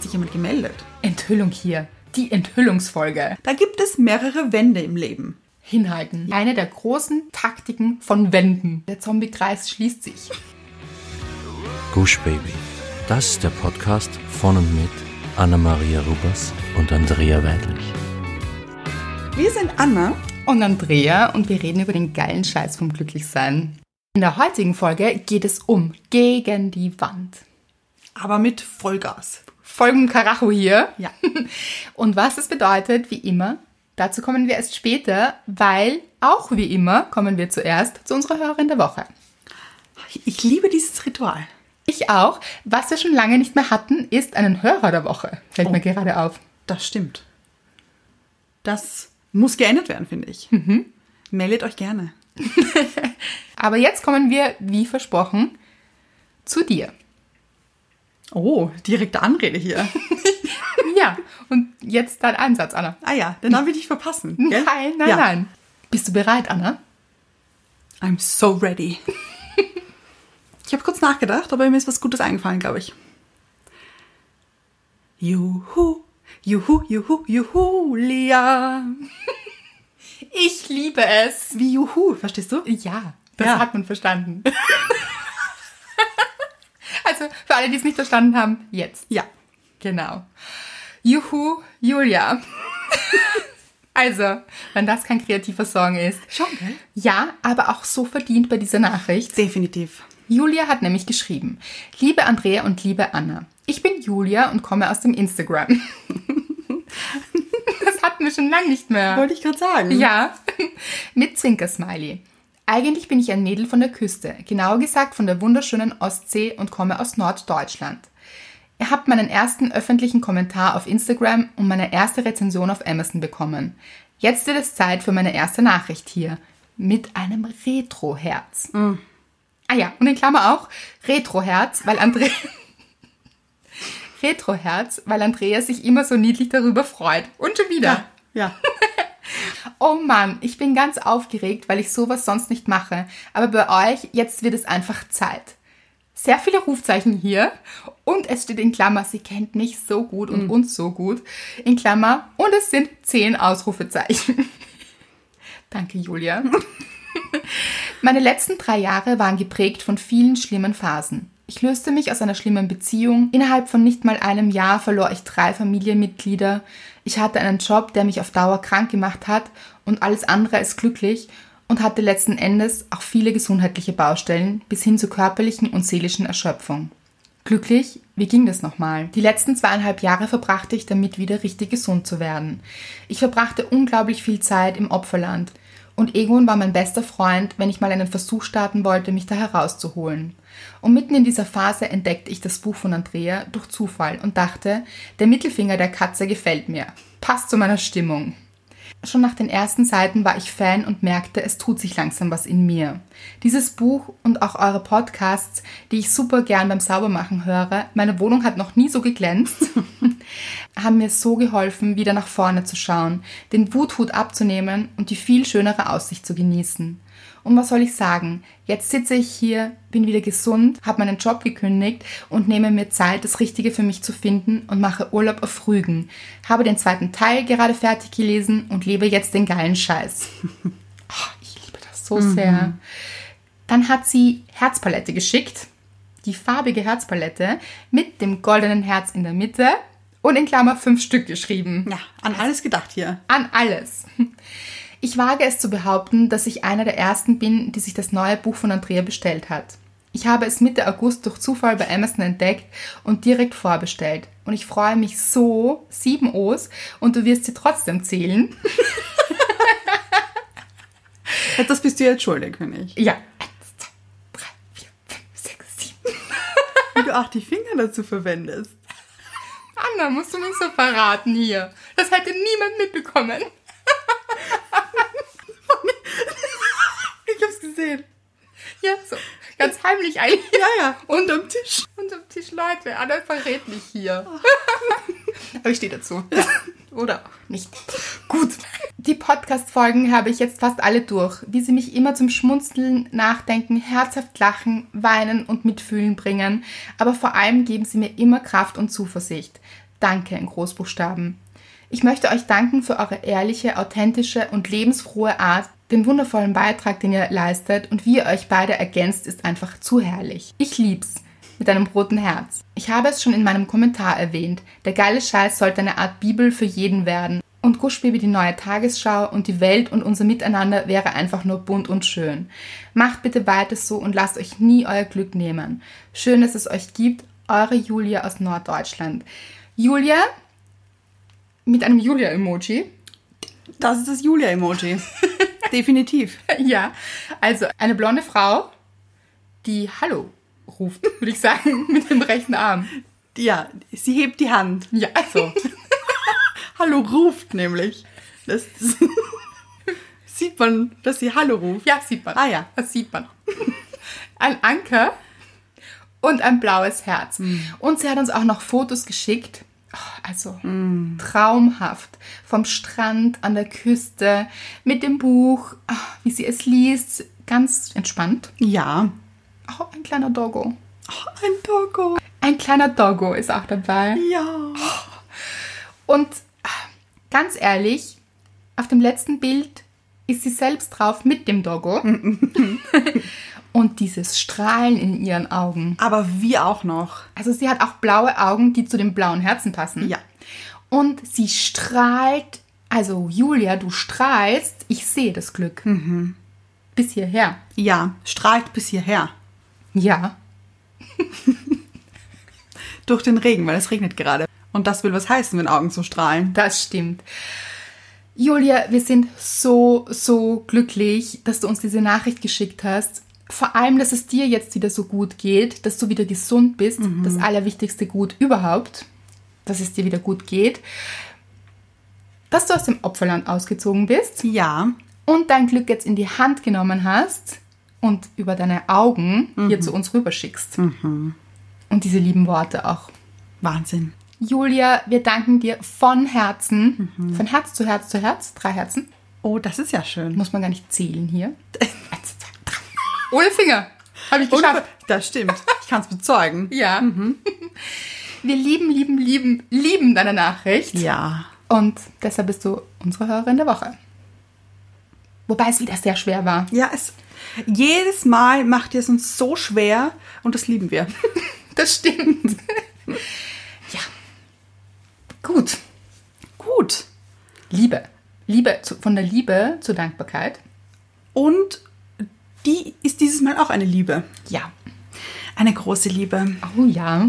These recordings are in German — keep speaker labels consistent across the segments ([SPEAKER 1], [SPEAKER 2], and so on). [SPEAKER 1] sich jemand gemeldet.
[SPEAKER 2] Enthüllung hier. Die Enthüllungsfolge.
[SPEAKER 1] Da gibt es mehrere Wände im Leben.
[SPEAKER 2] Hinhalten. Eine der großen Taktiken von Wänden. Der Zombie-Kreis schließt sich.
[SPEAKER 3] Gush Baby. Das ist der Podcast von und mit Anna-Maria Rubers und Andrea Weidlich.
[SPEAKER 1] Wir sind Anna.
[SPEAKER 2] Und Andrea und wir reden über den geilen Scheiß vom Glücklichsein. In der heutigen Folge geht es um gegen die Wand.
[SPEAKER 1] Aber mit Vollgas.
[SPEAKER 2] Folgen Karacho hier.
[SPEAKER 1] Ja.
[SPEAKER 2] Und was das bedeutet, wie immer, dazu kommen wir erst später, weil auch wie immer kommen wir zuerst zu unserer Hörerin der Woche.
[SPEAKER 1] Ich liebe dieses Ritual.
[SPEAKER 2] Ich auch. Was wir schon lange nicht mehr hatten, ist einen Hörer der Woche. Fällt mir gerade auf.
[SPEAKER 1] Das stimmt. Das muss geändert werden, finde ich. Meldet euch gerne.
[SPEAKER 2] Aber jetzt kommen wir, wie versprochen, zu dir.
[SPEAKER 1] Oh, direkte Anrede hier.
[SPEAKER 2] Ja, und jetzt dein Einsatz, Anna.
[SPEAKER 1] ah ja, den Namen will ich verpassen. gell?
[SPEAKER 2] Nein, nein,
[SPEAKER 1] ja.
[SPEAKER 2] nein. Bist du bereit, Anna?
[SPEAKER 1] I'm so ready. ich habe kurz nachgedacht, aber mir ist was Gutes eingefallen, glaube ich. Juhu, juhu, juhu, Julia.
[SPEAKER 2] Ich liebe es.
[SPEAKER 1] Wie Juhu, verstehst du?
[SPEAKER 2] Ja, das
[SPEAKER 1] Ja.
[SPEAKER 2] hat man verstanden. also, für alle, die es nicht verstanden haben, jetzt.
[SPEAKER 1] Ja.
[SPEAKER 2] Genau. Juhu, Julia. also, wenn das kein kreativer Song ist.
[SPEAKER 1] Schon, gell?
[SPEAKER 2] Ja, aber auch so verdient bei dieser Nachricht.
[SPEAKER 1] Definitiv.
[SPEAKER 2] Julia hat nämlich geschrieben, liebe Andrea und liebe Anna, ich bin Julia und komme aus dem Instagram. das hatten wir schon lange nicht mehr.
[SPEAKER 1] Wollte ich gerade sagen.
[SPEAKER 2] Ja, mit Zwinkersmiley. Eigentlich bin ich ein Mädel von der Küste, genauer gesagt von der wunderschönen Ostsee und komme aus Norddeutschland. Ihr habt meinen ersten öffentlichen Kommentar auf Instagram und meine erste Rezension auf Amazon bekommen. Jetzt wird es Zeit für meine erste Nachricht hier. Mit einem Retro-Herz. Ah ja, und in Klammer auch Retro-Herz, weil Andrea. Retro-Herz, weil Andrea sich immer so niedlich darüber freut. Und schon wieder.
[SPEAKER 1] Ja. ja.
[SPEAKER 2] Oh Mann, ich bin ganz aufgeregt, weil ich sowas sonst nicht mache. Aber bei euch, jetzt wird es einfach Zeit. Sehr viele Rufzeichen hier. Und es steht in Klammer, sie kennt mich so gut und uns so gut. In Klammer. Und es sind zehn Ausrufezeichen. Danke, Julia. Meine letzten drei Jahre waren geprägt von vielen schlimmen Phasen. Ich löste mich aus einer schlimmen Beziehung. Innerhalb von nicht mal einem Jahr verlor ich drei Familienmitglieder. Ich hatte einen Job, der mich auf Dauer krank gemacht hat und alles andere ist glücklich und hatte letzten Endes auch viele gesundheitliche Baustellen bis hin zu körperlichen und seelischen Erschöpfung. Glücklich, wie ging das nochmal? Die letzten zweieinhalb Jahre verbrachte ich damit, wieder richtig gesund zu werden. Ich verbrachte unglaublich viel Zeit im Opferland. Und Egon war mein bester Freund, wenn ich mal einen Versuch starten wollte, mich da herauszuholen. Und mitten in dieser Phase entdeckte ich das Buch von Andrea durch Zufall und dachte, der Mittelfinger der Katze gefällt mir. Passt zu meiner Stimmung. Schon nach den ersten Seiten war ich Fan und merkte, es tut sich langsam was in mir. Dieses Buch und auch eure Podcasts, die ich super gern beim Saubermachen höre, meine Wohnung hat noch nie so geglänzt, haben mir so geholfen, wieder nach vorne zu schauen, den Wuthut abzunehmen und die viel schönere Aussicht zu genießen. Und was soll ich sagen? Jetzt sitze ich hier, bin wieder gesund, habe meinen Job gekündigt und nehme mir Zeit, das Richtige für mich zu finden und mache Urlaub auf Rügen. Habe den zweiten Teil gerade fertig gelesen und lebe jetzt den geilen Scheiß. Ah, ich liebe das so sehr. Dann hat sie Herzpalette geschickt. Die farbige Herzpalette mit dem goldenen Herz in der Mitte und in Klammer fünf Stück geschrieben.
[SPEAKER 1] Ja, an alles gedacht hier.
[SPEAKER 2] An alles. Ich wage es zu behaupten, dass ich einer der ersten bin, die sich das neue Buch von Andrea bestellt hat. Ich habe es Mitte August durch Zufall bei Amazon entdeckt und direkt vorbestellt. Und ich freue mich so, sieben O's, und du wirst sie trotzdem zählen.
[SPEAKER 1] Das bist du jetzt schuldig, finde ich.
[SPEAKER 2] Ja. Eins, zwei, drei, vier, fünf, sechs, sieben.
[SPEAKER 1] Wie du auch die Finger dazu verwendest.
[SPEAKER 2] Anna, musst du mich so verraten hier? Das hätte niemand mitbekommen.
[SPEAKER 1] Ich hab's gesehen.
[SPEAKER 2] Ja, so. Ganz heimlich eigentlich.
[SPEAKER 1] Ja, ja. Und am Tisch.
[SPEAKER 2] Unterm Tisch, Leute. Anna verrät mich hier. Aber ich stehe dazu. Oder auch nicht. Gut. Die Podcast-Folgen habe ich jetzt fast alle durch, wie sie mich immer zum Schmunzeln, Nachdenken, herzhaft lachen, weinen und mitfühlen bringen. Aber vor allem geben sie mir immer Kraft und Zuversicht. Danke in Großbuchstaben. Ich möchte euch danken für eure ehrliche, authentische und lebensfrohe Art, den wundervollen Beitrag, den ihr leistet und wie ihr euch beide ergänzt, ist einfach zu herrlich. Ich lieb's. Mit einem roten Herz. Ich habe es schon in meinem Kommentar erwähnt. Der geile Scheiß sollte eine Art Bibel für jeden werden. Und Guschbaby die neue Tagesschau und die Welt und unser Miteinander wäre einfach nur bunt und schön. Macht bitte weiter so und lasst euch nie euer Glück nehmen. Schön, dass es euch gibt. Eure Julia aus Norddeutschland. Julia mit einem Julia-Emoji.
[SPEAKER 1] Das ist das Julia-Emoji. Definitiv.
[SPEAKER 2] Ja, also eine blonde Frau, die Hallo ruft, würde ich sagen, mit dem rechten Arm.
[SPEAKER 1] Ja, sie hebt die Hand.
[SPEAKER 2] Ja, so.
[SPEAKER 1] Hallo ruft nämlich. Das, das sieht man, dass sie Hallo ruft.
[SPEAKER 2] Ja, sieht man.
[SPEAKER 1] Ah, ja.
[SPEAKER 2] Das sieht man. Ein Anker und ein blaues Herz.
[SPEAKER 1] Mm.
[SPEAKER 2] Und sie hat uns auch noch Fotos geschickt. Oh, Also
[SPEAKER 1] Mm.
[SPEAKER 2] traumhaft. Vom Strand, an der Küste, mit dem Buch, ah, wie sie es liest. Ganz entspannt.
[SPEAKER 1] Ja.
[SPEAKER 2] Oh, ein kleiner Doggo.
[SPEAKER 1] Oh, ein Doggo.
[SPEAKER 2] Ein kleiner Doggo ist auch dabei.
[SPEAKER 1] Ja.
[SPEAKER 2] Und ah, ganz ehrlich, auf dem letzten Bild ist sie selbst drauf mit dem Doggo. Und dieses Strahlen in ihren Augen.
[SPEAKER 1] Aber wie auch noch.
[SPEAKER 2] Also sie hat auch blaue Augen, die zu den blauen Herzen passen.
[SPEAKER 1] Ja.
[SPEAKER 2] Und sie strahlt. Also Julia, du strahlst. Ich sehe das Glück. Bis hierher.
[SPEAKER 1] Ja, strahlt bis hierher.
[SPEAKER 2] Ja.
[SPEAKER 1] Durch den Regen, weil es regnet gerade. Und das will was heißen, wenn Augen so strahlen.
[SPEAKER 2] Das stimmt. Julia, wir sind so, so glücklich, dass du uns diese Nachricht geschickt hast. Vor allem, dass es dir jetzt wieder so gut geht, dass du wieder gesund bist. Das allerwichtigste Gut überhaupt, dass es dir wieder gut geht. Dass du aus dem Opferland ausgezogen bist
[SPEAKER 1] Ja.
[SPEAKER 2] und dein Glück jetzt in die Hand genommen hast und über deine Augen hier zu uns rüberschickst. Und diese lieben Worte auch.
[SPEAKER 1] Wahnsinn.
[SPEAKER 2] Julia, wir danken dir von Herzen, von Herz zu Herz zu Herz, drei Herzen,
[SPEAKER 1] Oh, das ist ja schön.
[SPEAKER 2] muss man gar nicht zählen hier. Eins, zwei, drei. Ohne Finger, habe ich geschafft.
[SPEAKER 1] Das stimmt. Ich kann es bezeugen.
[SPEAKER 2] ja. Wir lieben, lieben, lieben, lieben deine Nachricht.
[SPEAKER 1] Ja.
[SPEAKER 2] Und deshalb bist du unsere Hörerin der Woche. Wobei es wieder sehr schwer war.
[SPEAKER 1] Ja, es. Jedes Mal macht ihr es uns so schwer und das lieben wir.
[SPEAKER 2] Das stimmt. ja. Gut.
[SPEAKER 1] Gut.
[SPEAKER 2] Liebe. Liebe, zu, von der Liebe zur Dankbarkeit.
[SPEAKER 1] Und die ist dieses Mal auch eine Liebe.
[SPEAKER 2] Ja.
[SPEAKER 1] Eine große Liebe.
[SPEAKER 2] Oh ja.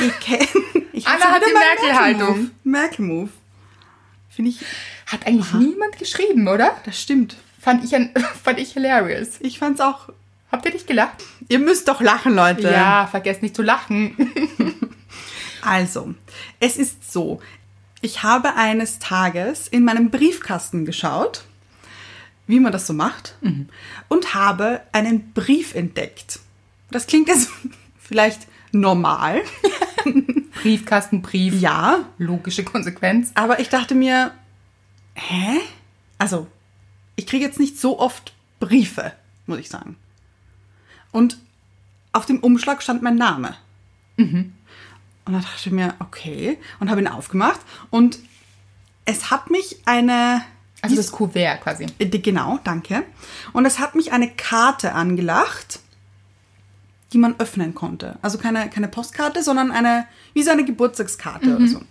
[SPEAKER 1] Ihr kennt. Ich hab
[SPEAKER 2] Anna
[SPEAKER 1] schon
[SPEAKER 2] hat
[SPEAKER 1] wieder
[SPEAKER 2] die
[SPEAKER 1] meinen
[SPEAKER 2] Merkel-Haltung.
[SPEAKER 1] Merkel-Move. Merkel-Move. Finde ich,
[SPEAKER 2] Hat eigentlich niemand geschrieben, oder?
[SPEAKER 1] das stimmt.
[SPEAKER 2] Fand ich, ein, fand ich hilarious.
[SPEAKER 1] Ich fand's auch.
[SPEAKER 2] Habt ihr nicht gelacht?
[SPEAKER 1] Ihr müsst doch lachen, Leute.
[SPEAKER 2] Ja, vergesst nicht zu lachen.
[SPEAKER 1] Also, es ist so. Ich habe eines Tages in meinem Briefkasten geschaut, wie man das so macht, und habe einen Brief entdeckt. Das klingt jetzt vielleicht normal.
[SPEAKER 2] Briefkasten, Brief.
[SPEAKER 1] Ja,
[SPEAKER 2] Logische Konsequenz.
[SPEAKER 1] Aber ich dachte mir, hä? Also, ich kriege jetzt nicht so oft Briefe, muss ich sagen. Und auf dem Umschlag stand mein Name. Und da dachte ich mir, okay, und habe ihn aufgemacht. Und es hat mich eine.
[SPEAKER 2] Also das Kuvert quasi.
[SPEAKER 1] Äh, Genau, danke. Und es hat mich eine Karte angelacht, die man öffnen konnte. Also keine, keine Postkarte, sondern eine, wie so eine Geburtstagskarte oder so.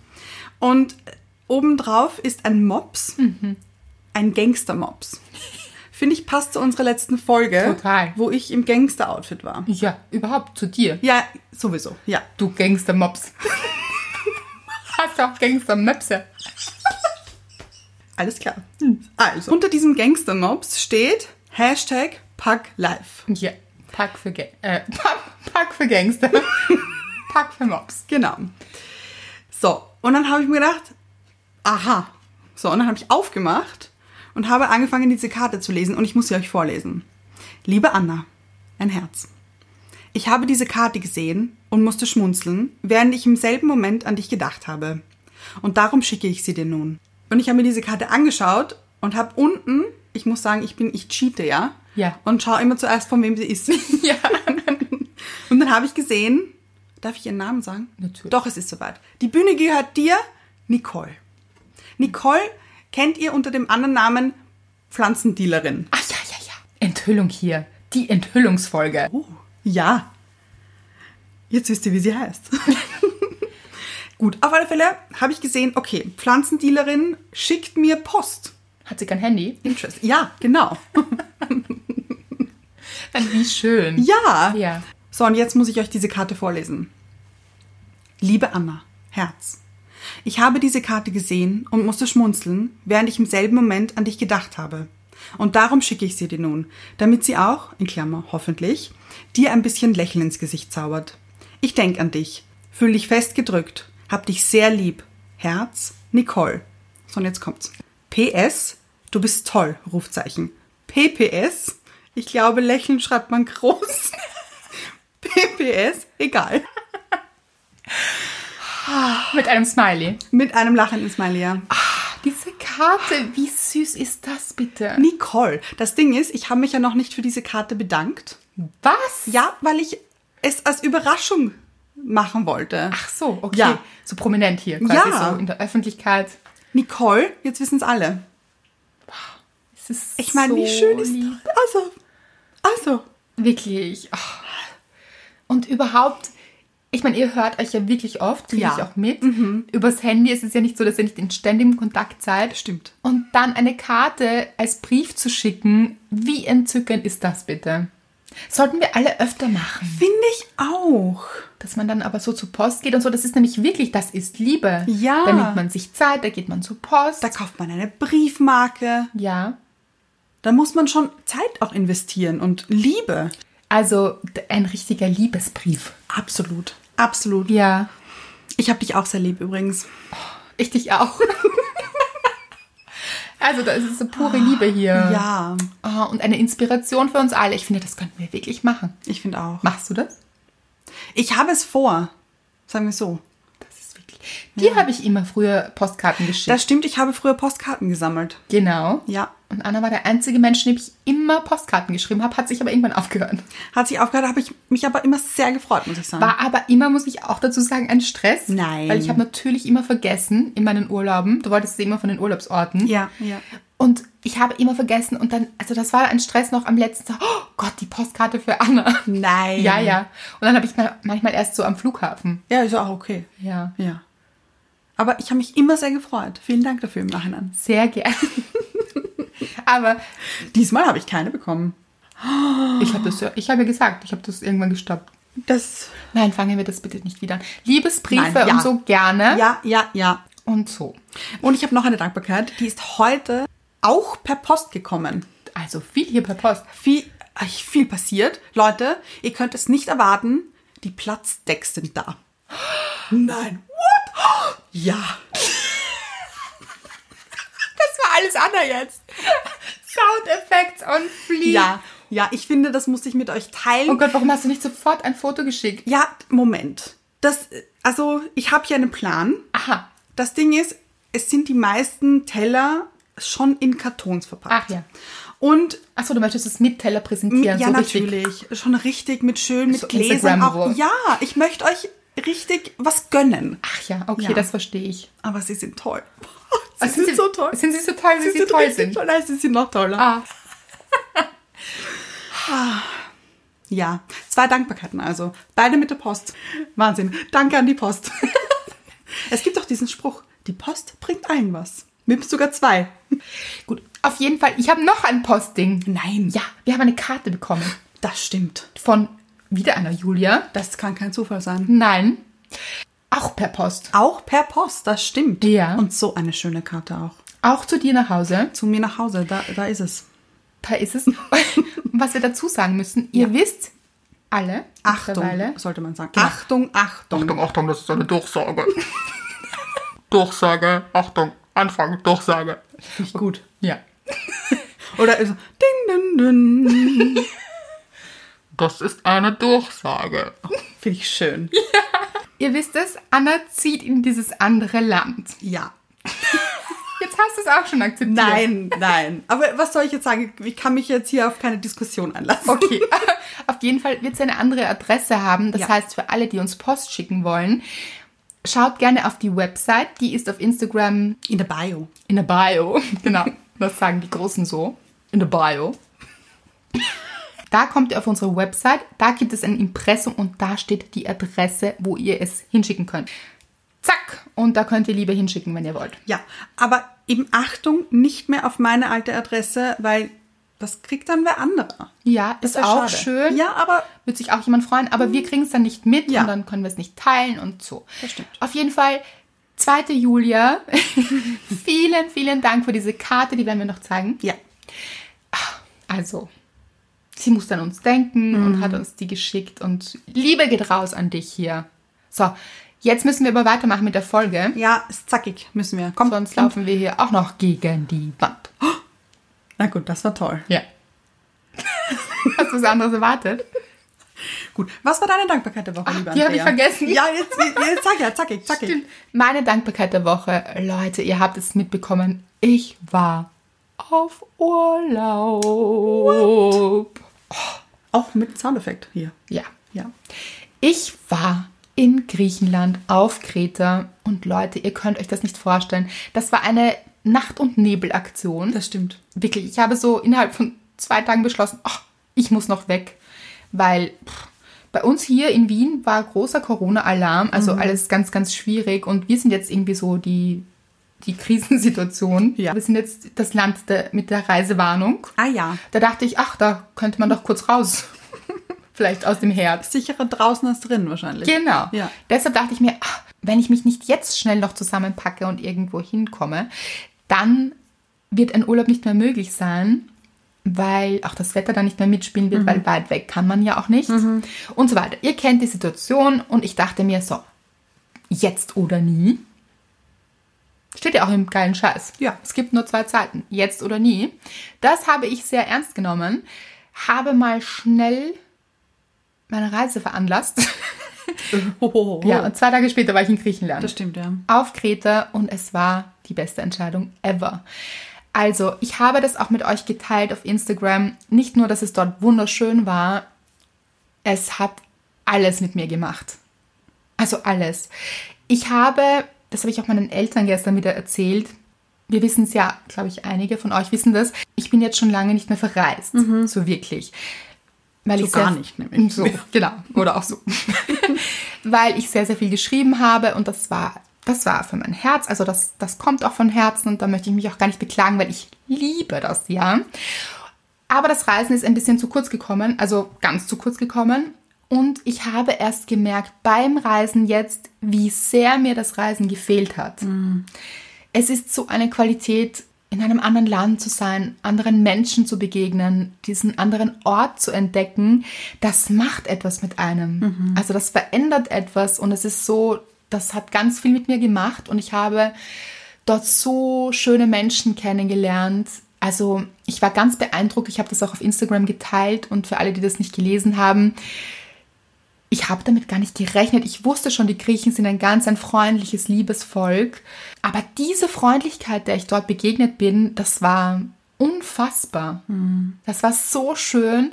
[SPEAKER 1] Und äh, obendrauf ist ein Mops, ein Gangster-Mops. Finde ich, passt zu unserer letzten Folge,
[SPEAKER 2] Total.
[SPEAKER 1] wo ich im Gangster-Outfit war.
[SPEAKER 2] Ja, überhaupt zu dir.
[SPEAKER 1] Ja, sowieso, ja.
[SPEAKER 2] Du Gangster-Mops. Hast auch Gangster-Möpse.
[SPEAKER 1] Alles klar. Also, unter diesem Gangster-Mops steht Hashtag PackLife.
[SPEAKER 2] Ja. Pack für, Ga äh, Pack, Pack für Gangster. Pack für Mops.
[SPEAKER 1] Genau. So, und dann habe ich mir gedacht, aha. So, und dann habe ich aufgemacht und habe angefangen, diese Karte zu lesen und ich muss sie euch vorlesen. Liebe Anna, ein Herz. Ich habe diese Karte gesehen und musste schmunzeln, während ich im selben Moment an dich gedacht habe. Und darum schicke ich sie dir nun. Und ich habe mir diese Karte angeschaut und habe unten, ich muss sagen, ich bin, ich cheate, ja?
[SPEAKER 2] Ja.
[SPEAKER 1] Und schaue immer zuerst, von wem sie ist.
[SPEAKER 2] Ja.
[SPEAKER 1] Und dann habe ich gesehen, Darf ich ihren Namen sagen?
[SPEAKER 2] Natürlich.
[SPEAKER 1] Doch, es ist soweit. Die Bühne gehört dir, Nicole. Nicole kennt ihr unter dem anderen Namen Pflanzendealerin.
[SPEAKER 2] Ah, ja, ja, ja. Enthüllung hier. Die Enthüllungsfolge.
[SPEAKER 1] Oh, ja. Jetzt wisst ihr, wie sie heißt. Gut, auf alle Fälle habe ich gesehen, okay, Pflanzendealerin schickt mir Post.
[SPEAKER 2] Hat sie kein Handy?
[SPEAKER 1] Interest. Ja, genau.
[SPEAKER 2] Dann wie schön.
[SPEAKER 1] Ja.
[SPEAKER 2] Ja.
[SPEAKER 1] So, und jetzt muss ich euch diese Karte vorlesen. Liebe Anna, Herz. Ich habe diese Karte gesehen und musste schmunzeln, während ich im selben Moment an dich gedacht habe. Und darum schicke ich sie dir nun, damit sie auch, in Klammer, hoffentlich, dir ein bisschen Lächeln ins Gesicht zaubert. Ich denk an dich, fühl dich festgedrückt, hab dich sehr lieb. Herz, Nicole. So, und jetzt kommt's. PS, du bist toll, Rufzeichen. PPS, ich glaube, Lächeln schreibt man groß. PPS, egal.
[SPEAKER 2] Mit einem Smiley.
[SPEAKER 1] Mit einem lachenden Smiley, ja.
[SPEAKER 2] Diese Karte, wie süß ist das bitte?
[SPEAKER 1] Nicole, das Ding ist, ich habe mich ja noch nicht für diese Karte bedankt.
[SPEAKER 2] Was?
[SPEAKER 1] Ja, weil ich es als Überraschung machen wollte.
[SPEAKER 2] Ach so, okay.
[SPEAKER 1] Ja.
[SPEAKER 2] So prominent hier, quasi
[SPEAKER 1] Ja.
[SPEAKER 2] so in der Öffentlichkeit.
[SPEAKER 1] Nicole, jetzt wissen es alle.
[SPEAKER 2] Es ist
[SPEAKER 1] Ich meine,
[SPEAKER 2] so
[SPEAKER 1] wie schön ist
[SPEAKER 2] lieb.
[SPEAKER 1] das? Also, also.
[SPEAKER 2] Wirklich. Ach. Und überhaupt, ich meine, ihr hört euch ja wirklich oft, kriege
[SPEAKER 1] Ja. Mhm.
[SPEAKER 2] ich auch mit. Übers Handy ist es ja nicht so, dass ihr nicht in ständigem Kontakt seid.
[SPEAKER 1] Stimmt.
[SPEAKER 2] Und dann eine Karte als Brief zu schicken, wie entzückend ist das bitte? Sollten wir alle öfter machen.
[SPEAKER 1] Finde ich auch.
[SPEAKER 2] Dass man dann aber so zur Post geht und so, das ist nämlich wirklich, das ist Liebe.
[SPEAKER 1] Ja.
[SPEAKER 2] Da nimmt man sich Zeit, da geht man zur Post.
[SPEAKER 1] Da kauft man eine Briefmarke.
[SPEAKER 2] ja.
[SPEAKER 1] Da muss man schon Zeit auch investieren und Liebe.
[SPEAKER 2] Also d- ein richtiger Liebesbrief.
[SPEAKER 1] Absolut. Absolut.
[SPEAKER 2] Ja.
[SPEAKER 1] Ich habe dich auch sehr lieb übrigens.
[SPEAKER 2] Ich dich auch. also da ist es so pure Liebe hier.
[SPEAKER 1] Ja,
[SPEAKER 2] Ah, und eine Inspiration für uns alle. Ich finde, das könnten wir wirklich machen.
[SPEAKER 1] ich finde auch.
[SPEAKER 2] Machst du das?
[SPEAKER 1] Ich habe es vor. Sagen wir so.
[SPEAKER 2] Das ist wirklich. Dir habe ich immer früher Postkarten geschickt.
[SPEAKER 1] Das stimmt, ich habe früher Postkarten gesammelt.
[SPEAKER 2] genau.
[SPEAKER 1] Ja.
[SPEAKER 2] Und Anna war der einzige Mensch, dem ich immer Postkarten geschrieben habe, hat sich aber irgendwann aufgehört.
[SPEAKER 1] Hat sich aufgehört, habe ich mich aber immer sehr gefreut, muss ich sagen.
[SPEAKER 2] War aber immer, muss ich auch dazu sagen, ein Stress.
[SPEAKER 1] Nein.
[SPEAKER 2] Weil ich habe natürlich immer vergessen in meinen Urlauben. Du wolltest sie immer von den Urlaubsorten.
[SPEAKER 1] ja, ja.
[SPEAKER 2] Und ich habe immer vergessen und dann, also das war ein Stress noch am letzten Tag. Oh Gott, die Postkarte für Anna.
[SPEAKER 1] Nein.
[SPEAKER 2] Ja, ja. Und dann habe ich ma- manchmal erst so am Flughafen.
[SPEAKER 1] Ja, ist auch okay.
[SPEAKER 2] Ja.
[SPEAKER 1] Ja. Aber ich habe mich immer sehr gefreut. Vielen Dank dafür im Nachhinein.
[SPEAKER 2] Sehr gerne. Aber
[SPEAKER 1] Diesmal habe ich keine bekommen.
[SPEAKER 2] ich habe das ja, ich habe ja gesagt, ich habe das irgendwann gestoppt.
[SPEAKER 1] Das.
[SPEAKER 2] Nein, fangen wir das bitte nicht wieder an. Liebesbriefe
[SPEAKER 1] Nein, ja.
[SPEAKER 2] und so gerne.
[SPEAKER 1] Ja, ja, ja.
[SPEAKER 2] Und so.
[SPEAKER 1] Und ich habe noch eine Dankbarkeit. Die ist heute auch per Post gekommen.
[SPEAKER 2] Also viel hier per Post.
[SPEAKER 1] Viel, ach, viel passiert. Leute, ihr könnt es nicht erwarten. Die Platzdecks sind da. Nein. What? Ja.
[SPEAKER 2] Das war alles Anna jetzt. Sound Effects on Fleek.
[SPEAKER 1] Ja. Ja, ich finde, das musste ich mit euch teilen.
[SPEAKER 2] Oh Gott, warum hast du nicht sofort ein Foto geschickt?
[SPEAKER 1] Ja, Moment. Das, also ich habe hier einen Plan.
[SPEAKER 2] Aha.
[SPEAKER 1] Das Ding ist, es sind die meisten Teller schon in Kartons verpackt.
[SPEAKER 2] Ach ja.
[SPEAKER 1] Und
[SPEAKER 2] Achso, du möchtest es mit Teller
[SPEAKER 1] ja,
[SPEAKER 2] präsentieren. so Richtig.
[SPEAKER 1] natürlich, schon richtig mit schön, mit
[SPEAKER 2] So
[SPEAKER 1] Gläsern auch.
[SPEAKER 2] Instagrammable.
[SPEAKER 1] Ja, ich möchte euch richtig was gönnen.
[SPEAKER 2] Ach ja, okay,
[SPEAKER 1] Ja.
[SPEAKER 2] das verstehe ich.
[SPEAKER 1] Aber sie sind toll. Sie
[SPEAKER 2] Also
[SPEAKER 1] sind, so toll.
[SPEAKER 2] Sind sie so toll, wie sie,
[SPEAKER 1] sind
[SPEAKER 2] toll
[SPEAKER 1] richtig
[SPEAKER 2] sind?
[SPEAKER 1] Toll. Nein, sie sind noch toller.
[SPEAKER 2] Ah,
[SPEAKER 1] Ja, zwei Dankbarkeiten also. Beide mit der Post. Wahnsinn. Danke an die Post. es gibt auch diesen Spruch, die Post bringt allen was. Mir sogar zwei.
[SPEAKER 2] gut. Auf jeden Fall, ich habe noch ein Posting.
[SPEAKER 1] Nein.
[SPEAKER 2] Ja, wir haben eine Karte bekommen
[SPEAKER 1] Das stimmt.
[SPEAKER 2] von wieder einer Julia.
[SPEAKER 1] Das kann kein Zufall sein.
[SPEAKER 2] Nein, auch per Post.
[SPEAKER 1] Auch per Post, das stimmt.
[SPEAKER 2] Ja.
[SPEAKER 1] Und so eine schöne Karte auch.
[SPEAKER 2] Auch zu dir nach Hause.
[SPEAKER 1] Zu mir nach Hause, da, da ist es.
[SPEAKER 2] Da ist es. Was wir dazu sagen müssen, ihr wisst alle mittlerweile,
[SPEAKER 1] Achtung, sollte man sagen. Achtung, Achtung.
[SPEAKER 4] Achtung, Achtung, das ist eine Durchsage. Durchsage, Achtung, Anfang, Durchsage.
[SPEAKER 1] Finde ich gut.
[SPEAKER 2] Ja.
[SPEAKER 1] Oder so, ding, ding, ding.
[SPEAKER 4] Das ist eine Durchsage.
[SPEAKER 1] Finde ich schön.
[SPEAKER 2] Ihr wisst es, Anna zieht in dieses andere Land.
[SPEAKER 1] Ja.
[SPEAKER 2] Jetzt haben hast es auch schon akzeptiert.
[SPEAKER 1] Nein, nein. Aber was soll ich jetzt sagen? Ich kann mich jetzt hier auf keine Diskussion einlassen.
[SPEAKER 2] Okay. Auf jeden Fall wird sie eine andere Adresse haben. Das
[SPEAKER 1] Ja.
[SPEAKER 2] heißt, für alle, die uns Post schicken wollen, schaut gerne auf die Website. Die ist auf Instagram
[SPEAKER 1] In der Bio.
[SPEAKER 2] in der Bio. Genau. Das sagen die Großen so. In der Bio. Da kommt ihr auf unsere Website, da gibt es ein Impressum und da steht die Adresse, wo ihr es hinschicken könnt. Zack! Und da könnt ihr lieber hinschicken, wenn ihr wollt.
[SPEAKER 1] Ja, aber eben Achtung, nicht mehr auf meine alte Adresse, weil das kriegt dann wer anderer.
[SPEAKER 2] Ja, ist
[SPEAKER 1] wär
[SPEAKER 2] auch
[SPEAKER 1] schade.
[SPEAKER 2] schön.
[SPEAKER 1] Ja, aber
[SPEAKER 2] wird sich auch jemand freuen, aber wir kriegen es dann nicht mit
[SPEAKER 1] Mhm. Ja.
[SPEAKER 2] und dann können wir es nicht teilen und so.
[SPEAKER 1] Das stimmt.
[SPEAKER 2] Auf jeden Fall, zweite Julia, vielen, vielen Dank für diese Karte, die werden wir noch zeigen.
[SPEAKER 1] ja,
[SPEAKER 2] Also, sie musste an uns denken
[SPEAKER 1] Mhm.
[SPEAKER 2] und hat uns die geschickt und Liebe geht raus an dich hier. So, jetzt müssen wir aber weitermachen mit der Folge,
[SPEAKER 1] ja, ist zackig, müssen wir. Komm,
[SPEAKER 2] sonst laufen wir hier auch noch gegen die Wand.
[SPEAKER 1] Na gut, das war toll.
[SPEAKER 2] Ja. Hast du was anderes erwartet?
[SPEAKER 1] Gut, was war deine Dankbarkeit der Woche,
[SPEAKER 2] Ach,
[SPEAKER 1] lieber
[SPEAKER 2] die hab ich
[SPEAKER 1] Andrea?
[SPEAKER 2] vergessen.
[SPEAKER 1] Ja, jetzt, jetzt zack, ja, zackig, zackig.
[SPEAKER 2] Stimmt. Meine Dankbarkeit der Woche, Leute, ihr habt es mitbekommen. Ich war auf Urlaub.
[SPEAKER 1] Auch mit Soundeffekt hier.
[SPEAKER 2] Ja.
[SPEAKER 1] Ja.
[SPEAKER 2] Ich war in Griechenland auf Kreta und Leute, ihr könnt euch das nicht vorstellen. Das war eine Nacht- und Nebelaktion.
[SPEAKER 1] Das stimmt.
[SPEAKER 2] Wirklich, ich habe so innerhalb von zwei Tagen beschlossen, ach, ich muss noch weg, weil pff, bei uns hier in Wien war großer Corona-Alarm, also alles ganz, ganz schwierig und wir sind jetzt irgendwie so die, die Krisensituation.
[SPEAKER 1] Ja.
[SPEAKER 2] Wir sind jetzt das Land der, mit der Reisewarnung.
[SPEAKER 1] Ah ja.
[SPEAKER 2] Da dachte ich, ach, da könnte man doch kurz raus, vielleicht aus dem Herd.
[SPEAKER 1] Sicherer draußen als drin wahrscheinlich.
[SPEAKER 2] Genau.
[SPEAKER 1] Ja.
[SPEAKER 2] Deshalb dachte ich mir, ach, wenn ich mich nicht jetzt schnell noch zusammenpacke und irgendwo hinkomme, dann wird ein Urlaub nicht mehr möglich sein, weil auch das Wetter dann nicht mehr mitspielen
[SPEAKER 1] Mhm.
[SPEAKER 2] wird, weil weit weg kann man ja auch nicht und so weiter. Ihr kennt die Situation und ich dachte mir so, jetzt oder nie. Steht ja auch im geilen Scheiß.
[SPEAKER 1] Ja.
[SPEAKER 2] Es gibt nur zwei Zeiten, jetzt oder nie. Das habe ich sehr ernst genommen, habe mal schnell meine Reise veranlasst.
[SPEAKER 1] Ho, ho, ho, ho.
[SPEAKER 2] Ja, und zwei Tage später war ich in Griechenland.
[SPEAKER 1] das stimmt, ja.
[SPEAKER 2] Auf Kreta und es war die beste Entscheidung ever. Also, ich habe das auch mit euch geteilt auf Instagram. Nicht nur, dass es dort wunderschön war, es hat alles mit mir gemacht. Also alles. Ich habe, das habe ich auch meinen Eltern gestern wieder erzählt. Wir wissen es ja, glaube ich, einige von euch wissen das. Ich bin jetzt schon lange nicht mehr verreist, so wirklich.
[SPEAKER 1] Mhm.
[SPEAKER 2] Weil
[SPEAKER 1] So
[SPEAKER 2] ich sehr-
[SPEAKER 1] gar nicht, nämlich.
[SPEAKER 2] So, genau. Oder auch so. Weil ich sehr, sehr viel geschrieben habe und das war, das war für mein Herz. Also das, das kommt auch von Herzen und da möchte ich mich auch gar nicht beklagen, weil ich liebe das, ja. Aber das Reisen ist ein bisschen zu kurz gekommen, also ganz zu kurz gekommen. Und ich habe erst gemerkt beim Reisen jetzt, wie sehr mir das Reisen gefehlt hat. Es ist so eine Qualität, in einem anderen Land zu sein, anderen Menschen zu begegnen, diesen anderen Ort zu entdecken. Das macht etwas mit einem. Also das verändert etwas und es ist so, das hat ganz viel mit mir gemacht und ich habe dort so schöne Menschen kennengelernt. Also ich war ganz beeindruckt. Ich habe das auch auf Instagram geteilt und für alle, die das nicht gelesen haben, ich habe damit gar nicht gerechnet. Ich wusste schon, die Griechen sind ein ganz ein freundliches, liebes Volk. Aber diese Freundlichkeit, der ich dort begegnet bin, das war unfassbar. Das war so schön,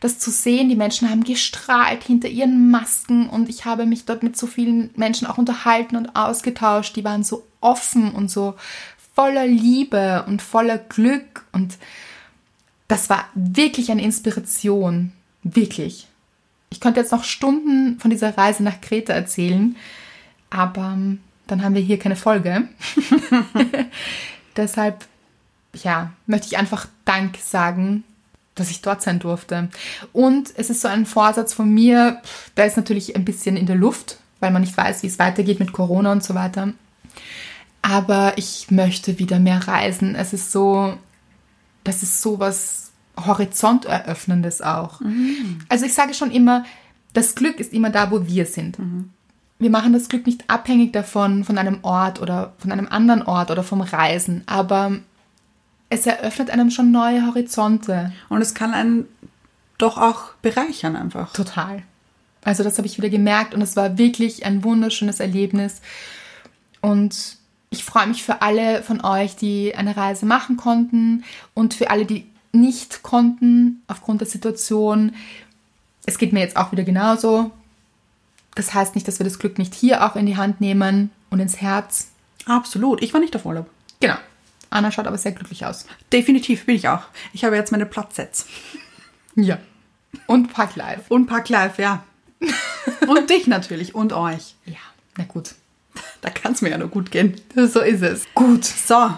[SPEAKER 2] das zu sehen. Die Menschen haben gestrahlt hinter ihren Masken und ich habe mich dort mit so vielen Menschen auch unterhalten und ausgetauscht. Die waren so offen und so voller Liebe und voller Glück und das war wirklich eine Inspiration. Wirklich. Ich könnte jetzt noch Stunden von dieser Reise nach Kreta erzählen, aber ähm, dann haben wir hier keine Folge. Deshalb, ja, möchte ich einfach Dank sagen, dass ich dort sein durfte. Und es ist so ein Vorsatz von mir, der ist natürlich ein bisschen in der Luft, weil man nicht weiß, wie es weitergeht mit Corona und so weiter. Aber ich möchte wieder mehr reisen. Es ist so, das ist sowas Horizonteröffnendes auch. Also ich sage schon immer, das Glück ist immer da, wo wir sind. Wir machen das Glück nicht abhängig davon, von einem Ort oder von einem anderen Ort oder vom Reisen, aber es eröffnet einem schon neue Horizonte.
[SPEAKER 1] Und es kann einen doch auch bereichern einfach.
[SPEAKER 2] Total. Also das habe ich wieder gemerkt und es war wirklich ein wunderschönes Erlebnis. Und Ich freue mich für alle von euch, die eine Reise machen konnten und für alle, die nicht konnten aufgrund der Situation. Es geht mir jetzt auch wieder genauso. Das heißt nicht, dass wir das Glück nicht hier auch in die Hand nehmen und ins Herz.
[SPEAKER 1] Absolut. Ich war nicht auf Urlaub.
[SPEAKER 2] Genau. Anna schaut aber sehr glücklich aus.
[SPEAKER 1] Definitiv bin ich auch. Ich habe jetzt meine Platzsets.
[SPEAKER 2] Ja. Und Park Live.
[SPEAKER 1] Und Park Live, ja. und dich natürlich und euch.
[SPEAKER 2] Ja, na gut.
[SPEAKER 1] Da kann es mir ja nur gut gehen.
[SPEAKER 2] So ist es.
[SPEAKER 1] Gut. So.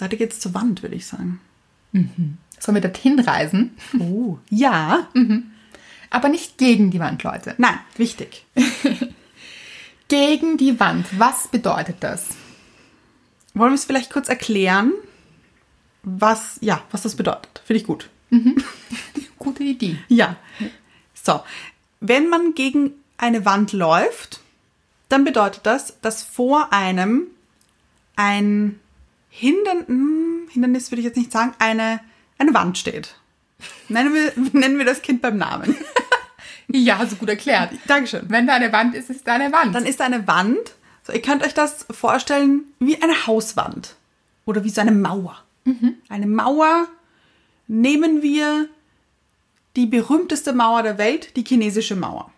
[SPEAKER 1] Leute, geht's zur Wand, würde ich sagen.
[SPEAKER 2] Sollen wir dorthin reisen?
[SPEAKER 1] Oh. Ja.
[SPEAKER 2] Aber nicht gegen die Wand, Leute.
[SPEAKER 1] Nein, wichtig.
[SPEAKER 2] Gegen die Wand. Was bedeutet das?
[SPEAKER 1] Wollen wir es vielleicht kurz erklären, was, ja, was das bedeutet? Finde ich gut.
[SPEAKER 2] Gute Idee.
[SPEAKER 1] Ja. So, wenn man gegen eine Wand läuft, dann bedeutet das, dass vor einem ein Hindern, hm, Hindernis würde ich jetzt nicht sagen, eine, eine Wand steht. Nennen wir, nennen wir das Kind beim Namen.
[SPEAKER 2] Ja, hast du gut erklärt.
[SPEAKER 1] Dankeschön.
[SPEAKER 2] Wenn da eine Wand ist, ist da eine Wand.
[SPEAKER 1] Dann ist da eine Wand. So, ihr könnt euch das vorstellen wie eine Hauswand oder wie so eine Mauer. Eine Mauer nehmen wir die berühmteste Mauer der Welt, die chinesische Mauer.